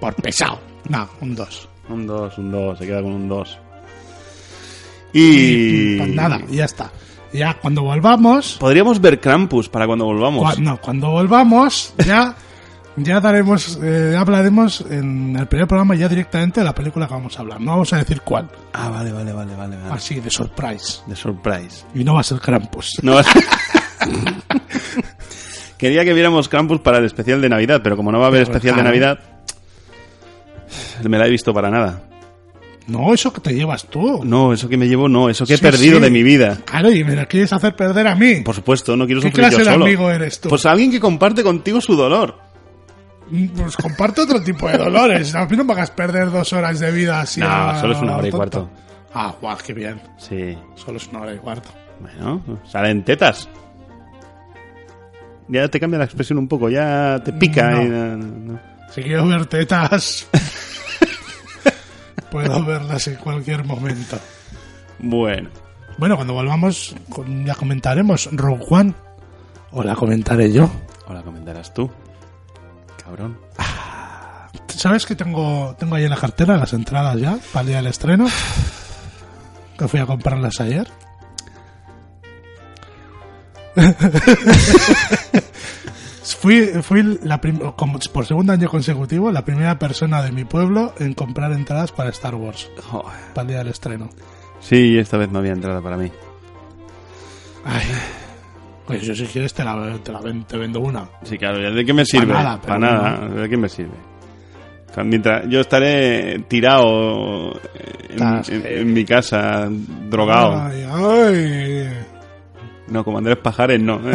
por pesado. No, un 2.
Un 2, un 2, se queda con un 2. Y...
Pues nada, y ya está. Ya cuando volvamos,
Podríamos ver Krampus para cuando volvamos.
cua- no, cuando volvamos ya ya daremos eh, hablaremos en el primer programa ya directamente de la película que vamos a hablar. No vamos a decir cuál,
Ah, vale, vale, vale, vale. vale.
así de surprise.
De surprise.
Y no va a ser Krampus.
No. Quería que viéramos Krampus para el especial de Navidad, pero como no va a haber
Pero
especial de
claro.
Navidad, me la he visto para nada.
No, eso que te llevas tú.
No, eso que me llevo no, eso que he
Sí,
perdido
sí.
de mi vida.
Claro, y me lo quieres hacer perder a mí.
Por supuesto, no quiero
¿Qué
sufrir
clase
yo
de
solo.
amigo eres tú?
Pues alguien que comparte contigo su dolor.
Mm, Pues, comparto otro tipo de dolores. A mí no me hagas perder dos horas de vida así.
No,
a-
solo es una hora y
tonto.
cuarto.
Ah, guau, qué bien.
Sí.
Solo es una hora y cuarto.
Bueno, salen tetas. Ya te cambia la expresión un poco, ya te pica.
No.
y na- no.
Si quiero ver tetas, puedo verlas en cualquier momento.
Bueno,
Bueno, cuando volvamos, con- ya comentaremos Rogue One. O la comentaré yo.
ahora comentarás tú. Cabrón.
¿Sabes que tengo, tengo ahí en la cartera las entradas ya para el día del estreno? Que fui a comprarlas ayer. fui fui la prim- como por segundo año consecutivo la primera persona de mi pueblo en comprar entradas para Star Wars,
Joder.
para el día del estreno.
Sí, esta vez no había entrada para mí.
Ay, pues yo si quieres te la, te la ven- te vendo una.
Sí, claro, ¿de qué me sirve? Para
nada,
nada,
pero
¿de qué me sirve? O sea, Mientras yo estaré tirado eh, en,
Estás-
en- en mi casa, drogado.
Ay, ay.
No, como Andrés Pajares, no.
¡Que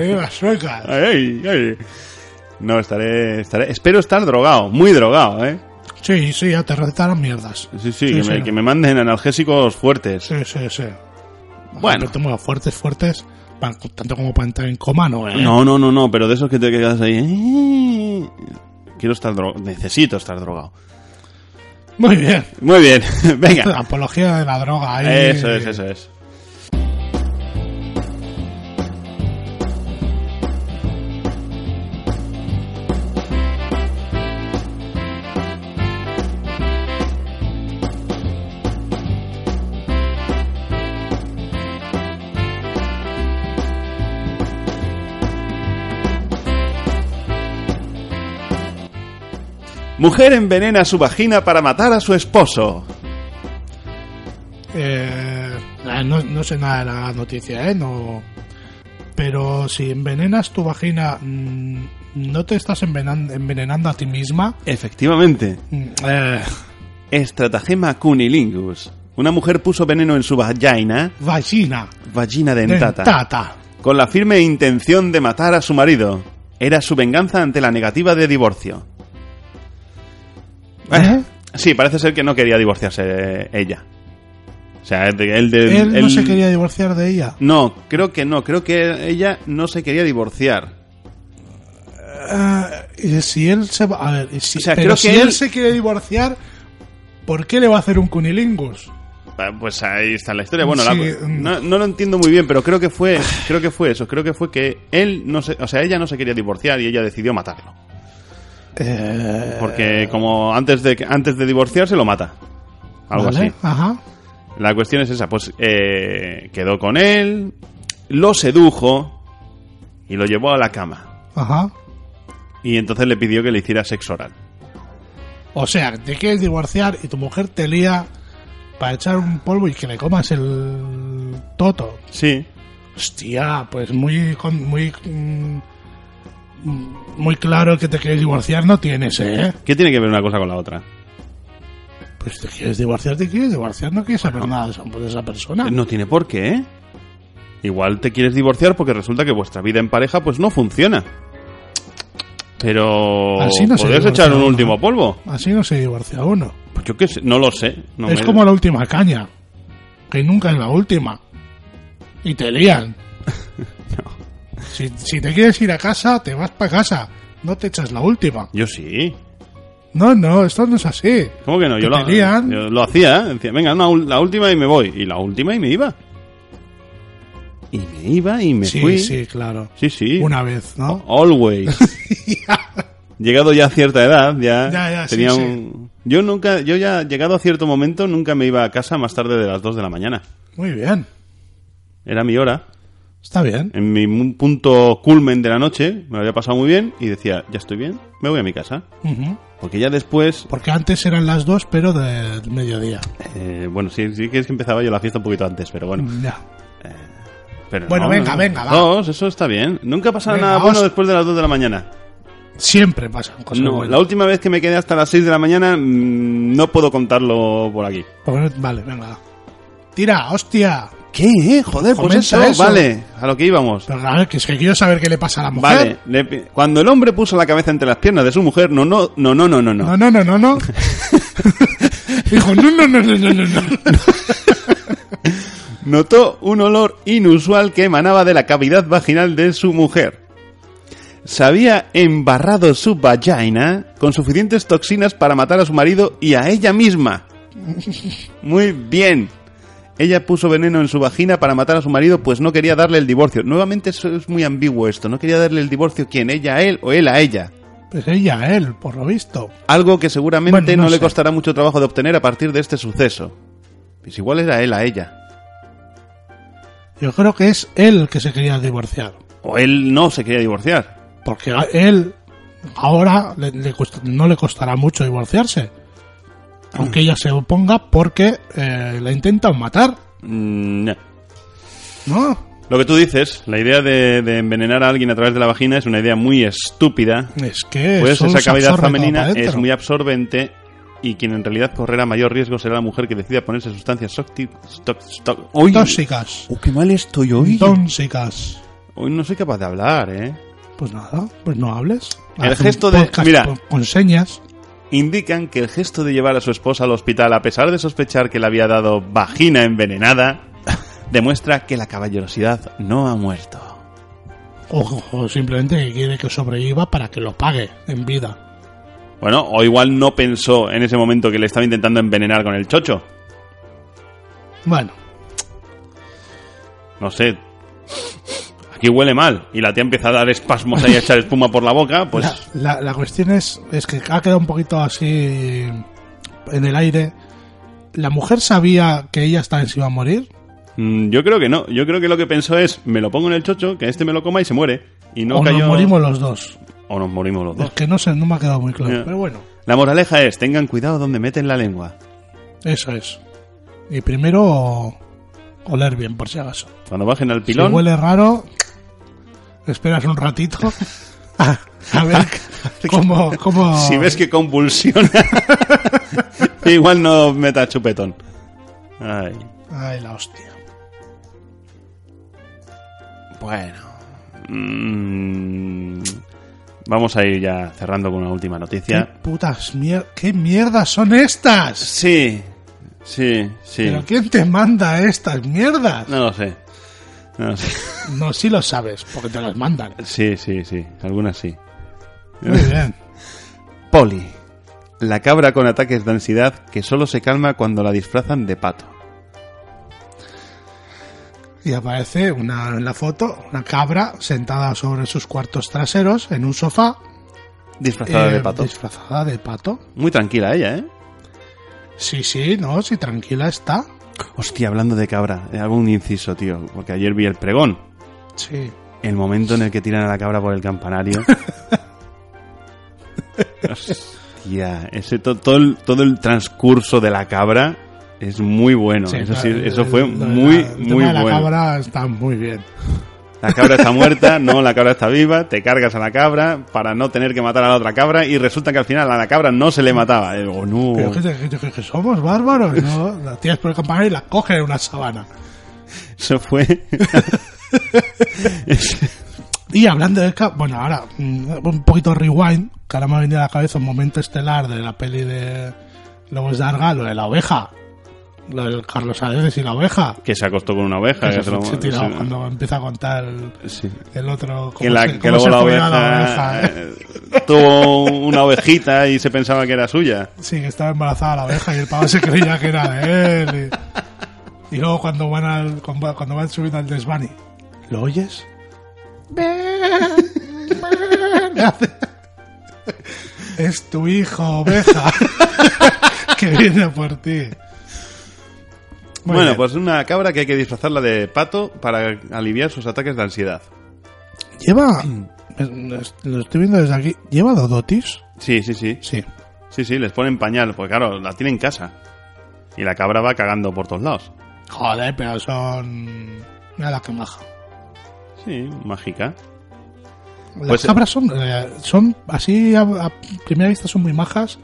viva Sueca!
Ay, ay. No, estaré, estaré. Espero estar drogado, muy drogado, ¿eh?
Sí, sí, ya te recetarán mierdas.
Sí, sí, que, me,
no.
que me manden analgésicos fuertes.
Sí, sí, sí.
Bueno.
Pero tengo fuertes, fuertes, pa- tanto como para entrar en coma, ¿no? eh?
No, no, no, no, pero de esos que te quedas ahí. eh, Quiero estar drogado, necesito estar drogado.
Muy bien.
Muy bien,
La
venga.
apología de la droga ahí.
Eso
Eh.
es, eso es. Mujer envenena su vagina para matar a su esposo.
Eh, eh, no, no sé nada de la noticia, ¿eh? No... Pero si envenenas tu vagina, mm, ¿no te estás envenan- envenenando a ti misma?
Efectivamente.
Mm, eh,
Estratagema cunilingus. Una mujer puso veneno en su vagina,
vagina.
vagina dentata,
Dentata.
con la firme intención de matar a su marido. Era su venganza ante la negativa de divorcio.
¿Eh?
Sí, parece ser que no quería divorciarse eh, ella. O sea, él, de- él de-
Él no
él-
se quería divorciar de ella.
No, creo que no. Creo que ella no se quería divorciar.
Eh, si él se va, a ver, y si,
O sea,
pero
creo
si
que
él...
él-
se quiere divorciar, ¿por qué le va a hacer un cunilingus?
Ah, Pues ahí está la historia. Bueno,
Sí,
la-
mm.
no, no lo entiendo muy bien, pero creo que fue, creo que fue eso. Creo que fue que él no se, o sea, ella no se quería divorciar y ella decidió matarlo.
Eh,
Porque como antes de que- antes de divorciarse lo mata. Algo
Vale,
así.
Ajá.
La cuestión es esa, pues eh, quedó con él, lo sedujo y lo llevó a la cama.
Ajá.
Y entonces le pidió que le hiciera sexo oral.
O sea, te quieres divorciar y tu mujer te lía para echar un polvo y que le comas el toto.
Sí.
Hostia, pues muy con- muy mm, mm, muy claro que te quieres divorciar no tienes, ¿eh?
¿Qué tiene que ver una cosa con la otra?
Pues te quieres divorciar, te quieres divorciar, no quieres saber nada de esa- de esa persona.
No tiene por qué, ¿eh? Igual te quieres divorciar porque resulta que vuestra vida en pareja pues no funciona. Pero
Así Ah, no se
podrías
divorcia
echar un
uno.
último polvo.
Así no se divorcia uno.
Pues yo qué sé, no lo sé. no
es
me-
como la última caña, que nunca es la última. Y te lían. si, si te quieres ir a casa, te vas para casa. No te echas la última.
Yo sí.
No, no, esto no es así.
¿Cómo que no?
Que
Yo,
te
lo,
lían.
yo lo hacía, ¿eh? decía, venga, una ul- la última y me voy. Y la última y me iba. Y me iba y me
sí,
fui.
sí, claro.
sí, sí. Oh.
Una vez, ¿no?
Always. llegado ya a cierta edad, ya,
Ya, ya, sí,
tenía
sí.
un... Yo nunca, yo ya llegado a cierto momento, nunca me iba a casa más tarde de las 2 de la mañana.
Muy bien.
Era mi hora.
Está bien.
En mi mu- punto culmen de la noche, me lo había pasado muy bien y decía, ya estoy bien, me voy a mi casa.
Ujú.
Porque ya después,
Porque antes eran las dos, pero del mediodía.
eh, bueno, sí, sí que es que empezaba yo la fiesta un poquito antes, pero bueno.
Ya.
Pero
Mm. Bueno,
no,
venga,
no.
venga, va.
Dos, eso está bien. Nunca pasa
Venga,
nada
os-
bueno después de las 2 de la mañana.
Siempre pasan cosas
No,
buenas.
la última vez que me quedé hasta las 6 de la mañana, mm, no puedo contarlo por aquí.
Porque no- Pues, Vale, venga. Tira, hostia.
¿Qué? eh? Joder, pues
Comenta
eso,
eso.
vale, a lo que íbamos.
Pero a ver, que es que quiero saber qué le pasa a la mujer.
Vale, le pi- cuando el hombre puso la cabeza entre las piernas de su mujer, no, no, no, no, no, no, no.
No, no, no, no, no. Dijo, no, no, no, no, no, no, no.
Notó un olor inusual que emanaba de la cavidad vaginal de su mujer. Se había embarrado su vagina con suficientes toxinas para matar a su marido y a ella misma. Muy bien. Ella puso veneno en su vagina para matar a su marido, pues no quería darle el divorcio. Nuevamente eso es muy ambiguo esto. No quería darle el divorcio quién, ella a él o él a ella.
Pues ella, él, por lo visto.
Algo que seguramente
Bueno,
no,
no
le
sé.
costará mucho trabajo de obtener a partir de este suceso. Pues igual era él a ella.
Yo creo que es él el que se quería divorciar.
O él no se quería divorciar.
Porque a él ahora le- le cuesta- no le costará mucho divorciarse. Aunque ella se oponga porque eh, la intentan matar,
Mm, no.
¿no?
Lo que tú dices, la idea de, de envenenar a alguien a través de la vagina es una idea muy estúpida.
Es que
Pues
solo
esa
Eh, se
cavidad
absorbe todo
femenina
para
es
dentro.
muy absorbente y quien en realidad correrá mayor riesgo será la mujer que decida ponerse sustancias socti- stoc- stoc- ¡Uy!
Tóxicas.
¡Oh, qué mal estoy hoy!
Tóxicas.
Hoy no soy capaz de hablar, ¿eh?
Pues nada, pues no hables.
El
Haz un
gesto de-
podcast
mira.
con- Con señas.
Indican que el gesto de llevar a su esposa al hospital, a pesar de sospechar que le había dado vagina envenenada, demuestra que la caballerosidad no ha muerto.
O, o simplemente que quiere que sobreviva para que lo pague en vida.
Bueno, o igual no pensó en ese momento que le estaba intentando envenenar con el chocho.
Bueno,
No sé. Aquí huele mal. Y la tía empieza a dar espasmos ahí a echar espuma por la boca. Pues
la, la- la cuestión es, es que ha quedado un poquito así en el aire. ¿La mujer sabía que ella estaba encima a morir?
mm, yo creo que no. Yo creo que lo que pensó es, me lo pongo en el chocho, que este me lo coma y se muere. Y no
o
cayó...
nos morimos los dos.
O nos morimos los dos.
Porque no sé, no me ha quedado muy claro.
Ya.
Pero bueno,
La moraleja es, tengan cuidado donde meten la lengua.
eso es. Y primero oler bien, por si acaso.
Cuando bajen al
Si
pilón...
huele raro, esperas un ratito a, a ver cómo, cómo
Si ves que convulsiona, igual no meta chupetón. Ay.
Ay, la hostia.
Bueno. Mm, vamos a ir ya cerrando con una última noticia.
¿Qué putas mier ¿Qué mierdas son estas?
Sí, sí, sí.
¿Pero quién te manda estas mierdas?
No lo sé. No lo sé.
No, sí lo sabes, porque te las mandan.
Sí, sí, sí. Algunas sí.
Muy bien.
Poli. La cabra con ataques de ansiedad que solo se calma cuando la disfrazan de pato.
Y aparece una, en la foto una cabra sentada sobre sus cuartos traseros en un sofá
Disfrazada
eh,
de pato.
disfrazada de pato.
Muy tranquila ella, ¿eh?
Sí, sí, no, sí, tranquila está.
Hostia, hablando de cabra, eh, hago un inciso, tío, porque ayer vi el pregón.
Sí.
El momento en el que tiran a la cabra por el campanario. Hostia, ese to- todo, el, todo el transcurso de la cabra es muy bueno.
Sí,
eso,
la-
sí, eso
el-
fue
lo de la-
muy,
el tema
muy
de la
bueno.
cabra está muy bien.
La cabra está muerta, no, la cabra está viva, te cargas a la cabra para no tener que matar a la otra cabra y resulta que al final a la cabra no se le mataba. Y digo, no.
Pero que, que- que- que somos bárbaros, ¿no? La tiras por el campanario y la coges en una sabana.
Eso fue...
Y hablando de... ca- Bueno, ahora mm, un poquito rewind, que ahora me ha venido a la cabeza un momento estelar de la peli de Lobos de Arga, lo de la oveja. Lo del Carlos Aredes y la oveja.
que se acostó con una oveja.
Que
que
se
se lo-
fue tirado
sí,
cuando empieza a contar el,
sí.
el otro...
que,
cómo
la,
se-
que
cómo
luego
se
la
folló a
oveja,
¿eh?
eh, tuvo una ovejita y se pensaba que era suya.
Sí, que estaba embarazada la oveja y el pavo se creía que era de él. Y, y luego cuando van, al, cuando cuando van subiendo al desván y... ¿Lo oyes? Le hace- Es tu hijo, oveja, que viene por ti. Muy
bueno,
bien.
pues una cabra que hay que disfrazarla de pato para aliviar sus ataques de ansiedad.
Lleva... Lo estoy viendo desde aquí. ¿Lleva dodotis?
Sí, sí, sí.
Sí.
Sí, sí, les ponen pañal, porque claro, la tienen en casa. Y la cabra va cagando por todos lados.
Joder, pero son... Mira la que maja.
Sí, mágica.
Las
Pues-
cabras son, eh, son así a, a primera vista son muy majas,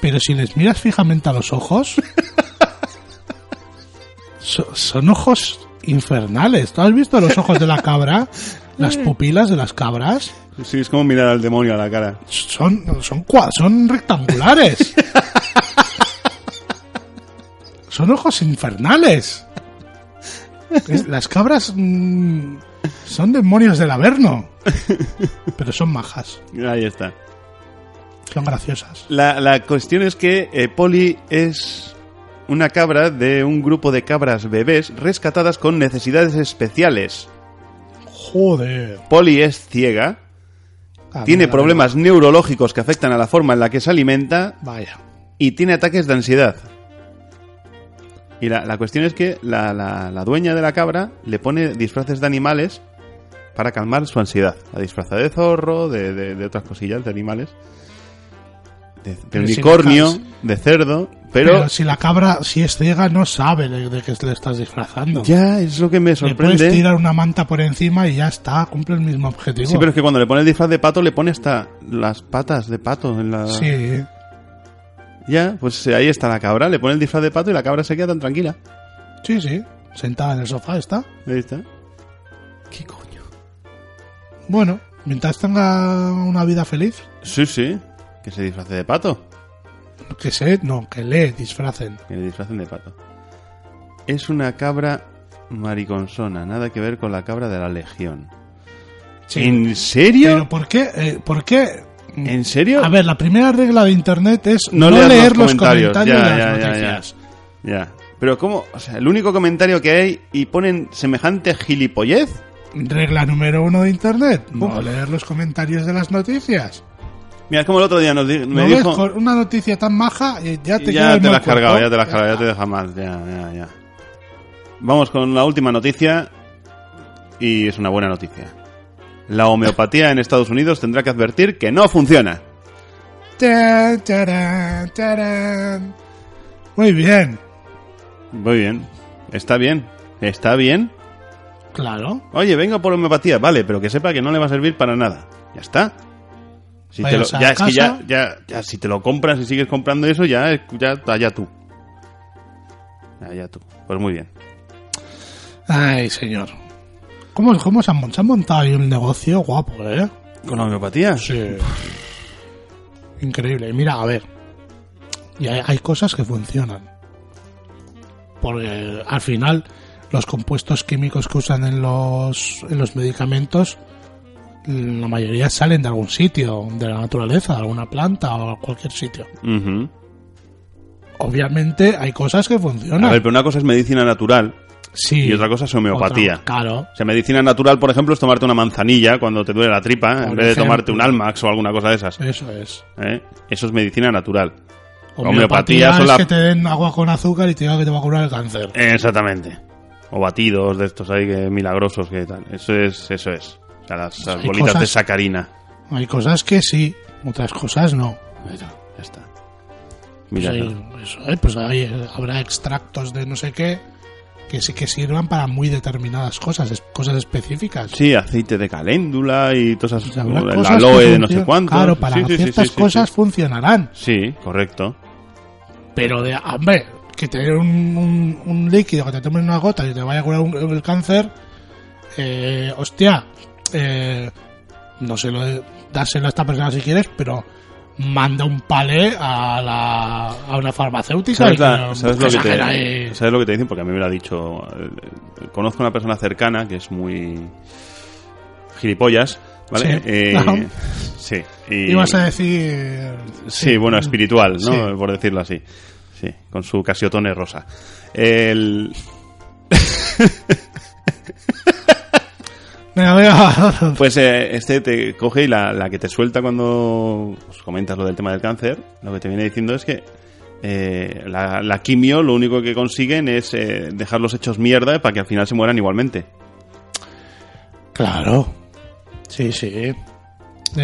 pero si les miras fijamente a los ojos, so- son ojos infernales. ¿Tú has visto los ojos de la cabra? Las pupilas de las cabras
Sí, es como mirar al demonio a la cara.
son son cua- son rectangulares. son ojos infernales. Es- Las cabras mm, son demonios del Averno, pero son majas.
Ahí está.
Son graciosas.
La, la cuestión es que eh, Polly es una cabra de un grupo de cabras bebés rescatadas con necesidades especiales.
Joder.
Polly es ciega,
Ah,
tiene
mira,
problemas neurológicos que afectan a la forma en la que se alimenta
Vaya.
y tiene ataques de ansiedad. Y la, la cuestión es que la, la- la dueña de la cabra le pone disfraces de animales para calmar su ansiedad. La disfraza de zorro, de, de- de otras cosillas, de animales, de, de
Pero si
unicornio,
no
de cerdo,
Pero,
pero...
si la cabra, si es ciega, no sabe de, de qué le estás disfrazando.
Ya, es lo que me
le puedes
sorprende.
tirar una manta por encima y ya está, cumple el mismo objetivo.
Sí, pero es que cuando le pone el disfraz de pato le pone hasta las patas de pato en la...
Sí.
Ya, pues ahí está la cabra. Le pone el disfraz de pato y la cabra se queda tan tranquila.
Sí, sí. Sentada en el sofá está.
Ahí está.
¿Qué coño? Bueno, mientras tenga una vida feliz,
Sí, sí. Que se disfrace de pato.
que se, no, que le disfracen.
Que le disfracen de pato. Es una cabra mariconsona. Nada que ver con la cabra de la legión. ¿En serio?
Pero ¿por qué? eh, ¿Por qué?
¿En serio?
A ver, la primera regla de internet es
no,
no,
leas
leer
los
comentarios,
comentarios,
de
ya,
las
ya, ya, ya,
noticias.
Ya. Pero ¿cómo? O sea, el único comentario que hay y ponen semejante gilipollez.
Regla número uno de internet, no
Uf.
leer los comentarios de las noticias.
Mira, es como el otro día nos di- me
¿No ves?
dijo...
Con una noticia tan maja eh, ya te queda
ya
el
te
mal
la has cargado,
cuerpo.
ya te la has cargado, ya te deja mal. Ya, ya, ya. Vamos con la última noticia. Y es una buena noticia. La homeopatía en Estados Unidos tendrá que advertir que no funciona.
Tan, tarán, tarán. Muy bien,
Muy bien. Está bien. Está bien.
claro.
Oye, vengo por homeopatía. Vale, pero que sepa que no le va a servir para nada. Ya está. Si te lo-
Vayas a
ya, es que ya,
casa.
ya, ya, si te lo compras y sigues comprando eso, ya, es- ya, allá tú. Allá tú. Pues muy bien.
Ay, señor. ¿Cómo, cómo se, han, mon- se han montado ahí un negocio guapo, eh?
¿Con la homeopatía?
Sí. Increíble. Mira, a ver. Y hay, hay cosas que funcionan. Porque al final los compuestos químicos que usan en los, en los medicamentos, la mayoría salen de algún sitio, de la naturaleza, de alguna planta o cualquier sitio.
Ujú.
Obviamente hay cosas que funcionan.
A ver, pero una cosa es medicina natural
sí.
y otra cosa es homeopatía.
Otra- claro.
O sea, medicina natural, por ejemplo, es tomarte una manzanilla cuando te duele la tripa, en
Por
vez de
ejemplo.
tomarte un Almax o alguna cosa de esas.
Eso es.
¿eh? Eso es medicina natural.
Homeopatía,
Homeopatía son
es
la-
que te den agua con azúcar y te diga que te va a curar el cáncer.
Exactamente. O batidos de estos ahí que milagrosos que tal. Eso es, eso es. O sea, las, las
Hay
bolitas de
cosas-
sacarina.
Hay cosas que sí, otras cosas no.
Bueno, ya está.
Pues
Mira,
hay, eso, ¿eh? pues hay, eh, habrá extractos de no sé qué que sí que sirvan para muy determinadas cosas, es- cosas específicas.
sí, aceite de caléndula y todas
Pues
esas
habrá
el
cosas
aloe
que
de no sé
funcionan-
cuánto.
Claro, para
Sí, sí, sí,
ciertas
sí, sí,
cosas
sí.
funcionarán.
Sí, correcto.
Pero de, hombre, que te den un, un- un líquido, que te tomen una gota y te vaya a curar un- el cáncer, eh, hostia, eh, no sé, lo de- dárselo a esta persona si quieres, pero manda un palé a, la, a una farmacéutica. y
¿Sabes, la-
no-
sabes lo que
saquen ahí-
te, sabes lo que te dicen? Porque a mí me lo ha dicho. eh, eh, Conozco a una persona cercana que es muy. gilipollas, ¿vale? Eh,
Sí. Ajá.
sí. Y,
Ibas a decir...
Sí, bueno, espiritual, ¿no?
Sí.
Por decirlo así. Sí, con su casiotone rosa. El.
Venga, venga.
Pues eh, este te coge y la, la que te suelta cuando pues, comentas lo del tema del cáncer, lo que te viene diciendo es que eh, la, la quimio lo único que consiguen es eh, dejarlos hechos mierda para que al final se mueran igualmente.
Claro. Sí, sí.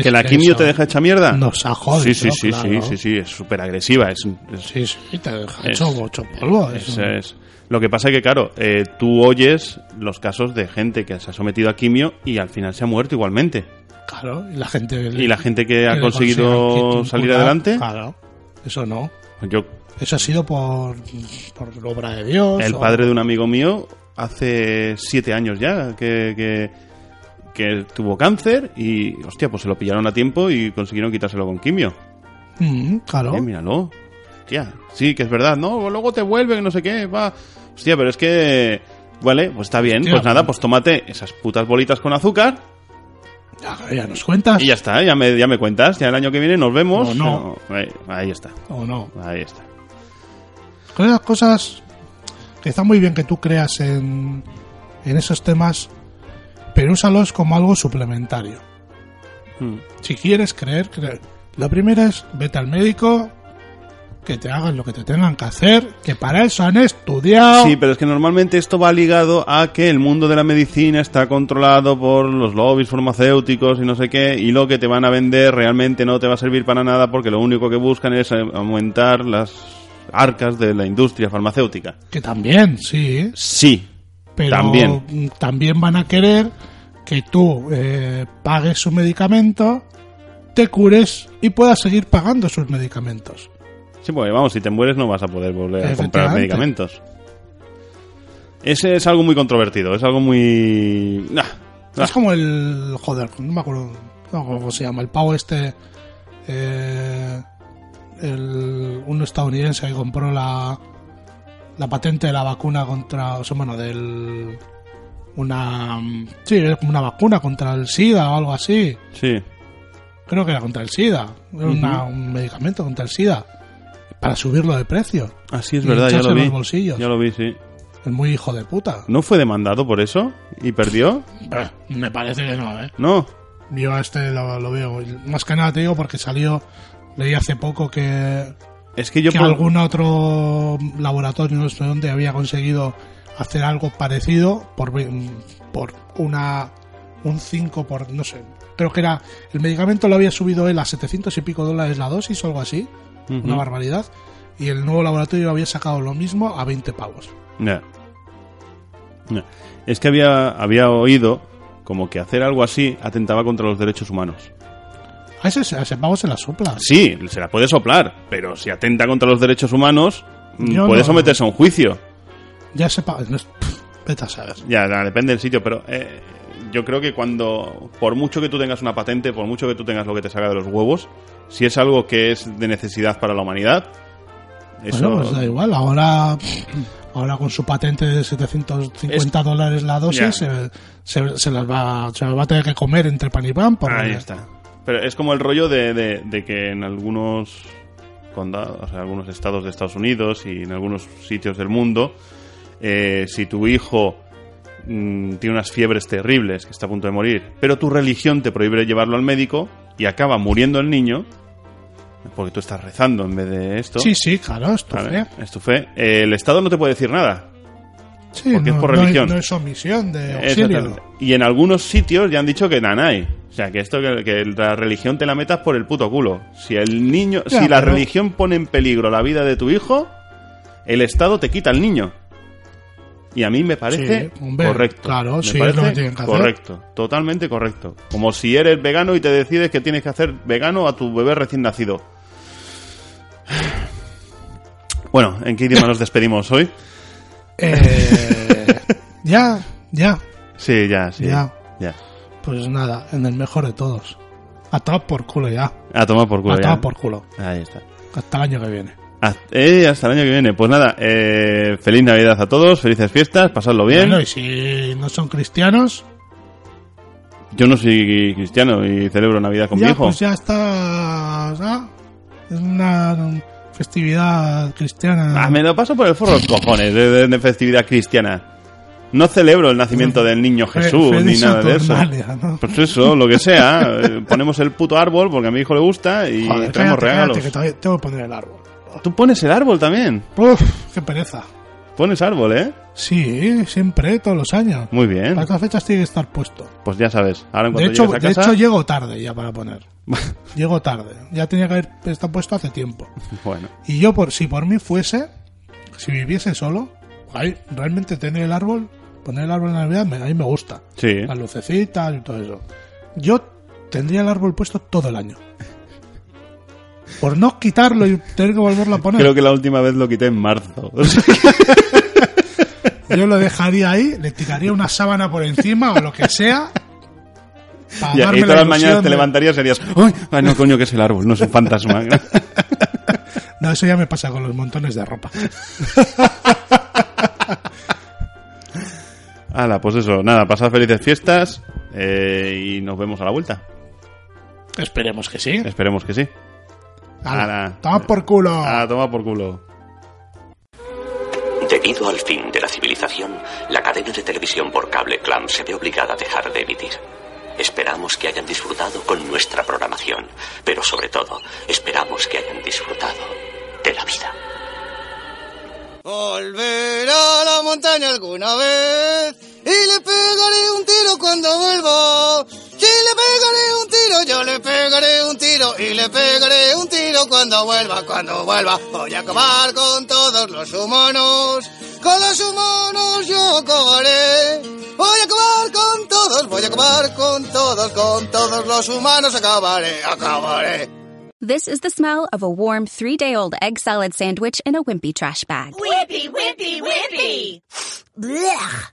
¿Que la quimio te deja hecha mierda?
Nos ha jodido,
Sí, sí, sí,
claro.
sí, sí, sí, es súper agresiva. Es, es-
Sí, sí, te deja
Es-
hecho, hecho polvo. es
es-
un-
es- Lo que pasa es que, claro, eh, tú oyes los casos de gente que se ha sometido a quimio y al final se ha muerto igualmente.
Claro, y la gente...
Y la gente que
que
ha
le
conseguido
consigan
salir
curar,
adelante, pues
Claro, eso no.
yo
Eso ha sido por, por la obra de Dios.
El
o-
padre de un amigo mío hace siete años ya que, que, que tuvo cáncer y, hostia, pues se lo pillaron a tiempo y consiguieron quitárselo con quimio.
Mm, claro.
Eh, míralo. Hostia, sí, que es verdad, ¿no? Luego te vuelve, que no sé qué, va. Hostia, pero es que... Vale, pues está bien,
Hostia,
pues nada,
pues-
pues tómate esas putas bolitas con azúcar
Ya, ya nos cuentas.
y ya está, ya me, ya me cuentas, ya el año que viene nos vemos.
No,
no. Ahí, ahí está,
O no.
ahí está.
Con esas cosas que está muy bien que tú creas en, en esos temas, pero úsalos como algo suplementario.
Mm.
Si quieres creer, creer. Lo primero es vete al médico, que te hagan lo que te tengan que hacer, que para eso han estudiado.
Sí, pero es que normalmente esto va ligado a que el mundo de la medicina está controlado por los lobbies farmacéuticos y no sé qué, y lo que te van a vender realmente no te va a servir para nada porque lo único que buscan es eh, aumentar las arcas de la industria farmacéutica.
Que también, sí.
Sí.
Pero
También.
mm, también van a querer que tú eh, pagues su medicamento, te cures y puedas seguir pagando sus medicamentos.
Sí, porque vamos, si te mueres no vas a poder volver a comprar
Efectivamente.
medicamentos. Ese es algo muy controvertido, es algo muy... Ah, ah.
Es como el. Joder, no me acuerdo. No, me acuerdo cómo se llama. El pavo este. eh, el, un estadounidense que compró la. La patente de la vacuna contra. O sea, bueno, del. Una. mm, Sí, era como una vacuna contra el SIDA o algo así.
Sí.
Creo que era contra el SIDA. Era una- un medicamento contra el SIDA. Para subirlo de precio.
Así es
Y
verdad, ya
hincharse
lo vi.
los bolsillos.
Ya lo vi, sí.
Es muy hijo de puta.
¿No fue demandado por eso? ¿Y perdió?
Me parece que no, ¿eh?
No.
Yo a este lo, lo veo. Más que nada te digo porque salió, leí hace poco que,
Es que yo
que
por-
algún otro laboratorio, no sé dónde, había conseguido hacer algo parecido por, ve- por una un 5 por no sé creo que era el medicamento lo había subido él a 700 y pico dólares la dosis o algo así
Ujú.
una barbaridad y el nuevo laboratorio había sacado lo mismo a 20 pavos
Ya. Ya. Es que había, había oído como que hacer algo así atentaba contra los derechos humanos.
a ese, a ese pavo se la sopla
Sí, se la puede soplar, pero si atenta contra los derechos humanos, mm,
Yo
puede
no-
someterse a un juicio.
ya se pa- no es- pff, vete a saber
Ya, ya, depende del sitio, pero eh, yo creo que cuando, por mucho que tú tengas una patente, por mucho que tú tengas lo que te salga de los huevos, si es algo que es de necesidad para la humanidad, eso...
Bueno, pues da igual. Ahora, ahora con su patente de 750 dólares la dosis,
Ya.
se, se- se las va, se las va a tener que comer entre pan y pan. Porque,
Ahí está. Pero es como el rollo de, de- de que en algunos condados, o sea, algunos estados de Estados Unidos y en algunos sitios del mundo, eh, si tu hijo mm, tiene unas fiebres terribles, que está a punto de morir, pero tu religión te prohíbe llevarlo al médico y acaba muriendo el niño, porque tú estás rezando en vez de esto.
Sí, sí, claro, esto
¿vale? Es tu fe. Eh, el Estado no te puede decir nada.
Sí,
Porque
no,
es por
no
religión.
No es omisión de auxilio.
Exactamente. Y en algunos sitios ya han dicho que nanay. O sea, que esto que, que la religión te la metas por el puto culo. Si el niño,
Ya,
si la
pero-
religión pone en peligro la vida de tu hijo, el Estado te quita al niño. Y a mí me
Sí,
parece
hombre,
correcto.
claro,
Me
sí, es
parece
lo que tienen que hacer.
Correcto, totalmente correcto. Como si eres vegano y te decides que tienes que hacer vegano a tu bebé recién nacido. Bueno, ¿en qué idioma nos despedimos hoy?
Eh, ya, ya.
Sí, ya, sí.
Ya.
ya.
Pues nada, en el mejor de todos. A tomar por culo ya.
A tomar por culo.
A
ya.
tomar por culo.
Ahí está.
Hasta el año que viene.
Hasta, eh, hasta el año que viene. Pues nada, eh, feliz Navidad a todos, felices fiestas, pasadlo bien.
Bueno, y si no son cristianos,
Yo no soy cristiano y celebro Navidad con mi
ya,
hijo.
pues ya está. ¿sabes? Es una festividad cristiana.
Ah, me lo paso por el forro de los cojones de, de- de festividad cristiana. No celebro el nacimiento del niño
Fe-
Jesús ni
Feliz
nada de eso.
Saturnalia, ¿no?
Pues eso, lo que sea. eh, Ponemos el puto árbol porque a mi hijo le gusta y
Joder,
traemos
cállate, cállate,
regalos.
que todavía tengo que poner el árbol.
Tú pones el árbol también.
Uf, qué pereza.
Pones árbol, ¿eh?
Sí, siempre, todos los años.
Muy bien.
Para estas fechas tiene que estar puesto.
Pues ya sabes. Ahora en
De
cuanto
hecho,
llegues a
de
casa...
hecho, llego tarde ya para poner. Llego tarde. Ya tenía que haber estado puesto hace tiempo.
bueno,
Y yo, por si por mí fuese, si viviese solo, ahí, realmente tener el árbol, poner el árbol en Navidad, me- a mí me gusta.
sí.
Las lucecitas y todo eso. Yo tendría el árbol puesto todo el año. Por no quitarlo y tener que volverlo a poner.
Creo que la última vez lo quité en marzo.
Yo lo dejaría ahí, le tiraría una sábana por encima o lo que sea. para
Ya,
darme
y
la
todas las
ilusión
mañanas te
de-
levantarías y serías, ¡ay! ay, no, coño, que es el árbol, no es un fantasma.
No, eso ya me pasa con los montones de ropa.
Hala, pues eso, nada, pasad felices fiestas eh, y nos vemos a la vuelta.
Esperemos que sí.
Esperemos que sí.
Hala,
Ala.
toma por culo.
Ah, toma por culo.
Debido al fin de la civilización, la cadena de televisión por cable Clam se ve obligada a dejar de emitir. Esperamos que hayan disfrutado con nuestra programación, pero sobre todo, esperamos que hayan disfrutado de la vida.
Volveré a la montaña alguna vez y le pegaré un tiro cuando vuelva. Sí, le pegaré un tiro, yo le pegaré un tiro y le pegaré un tiro cuando vuelva, cuando vuelva. Voy a acabar con todos los humanos, con los humanos yo acabaré. Voy a acabar con todos, voy a acabar con todos, con todos los humanos acabaré, acabaré.
This is the smell of a warm three day old egg salad sandwich in a wimpy trash bag.
Whippy, whippy, whippy!
Blech.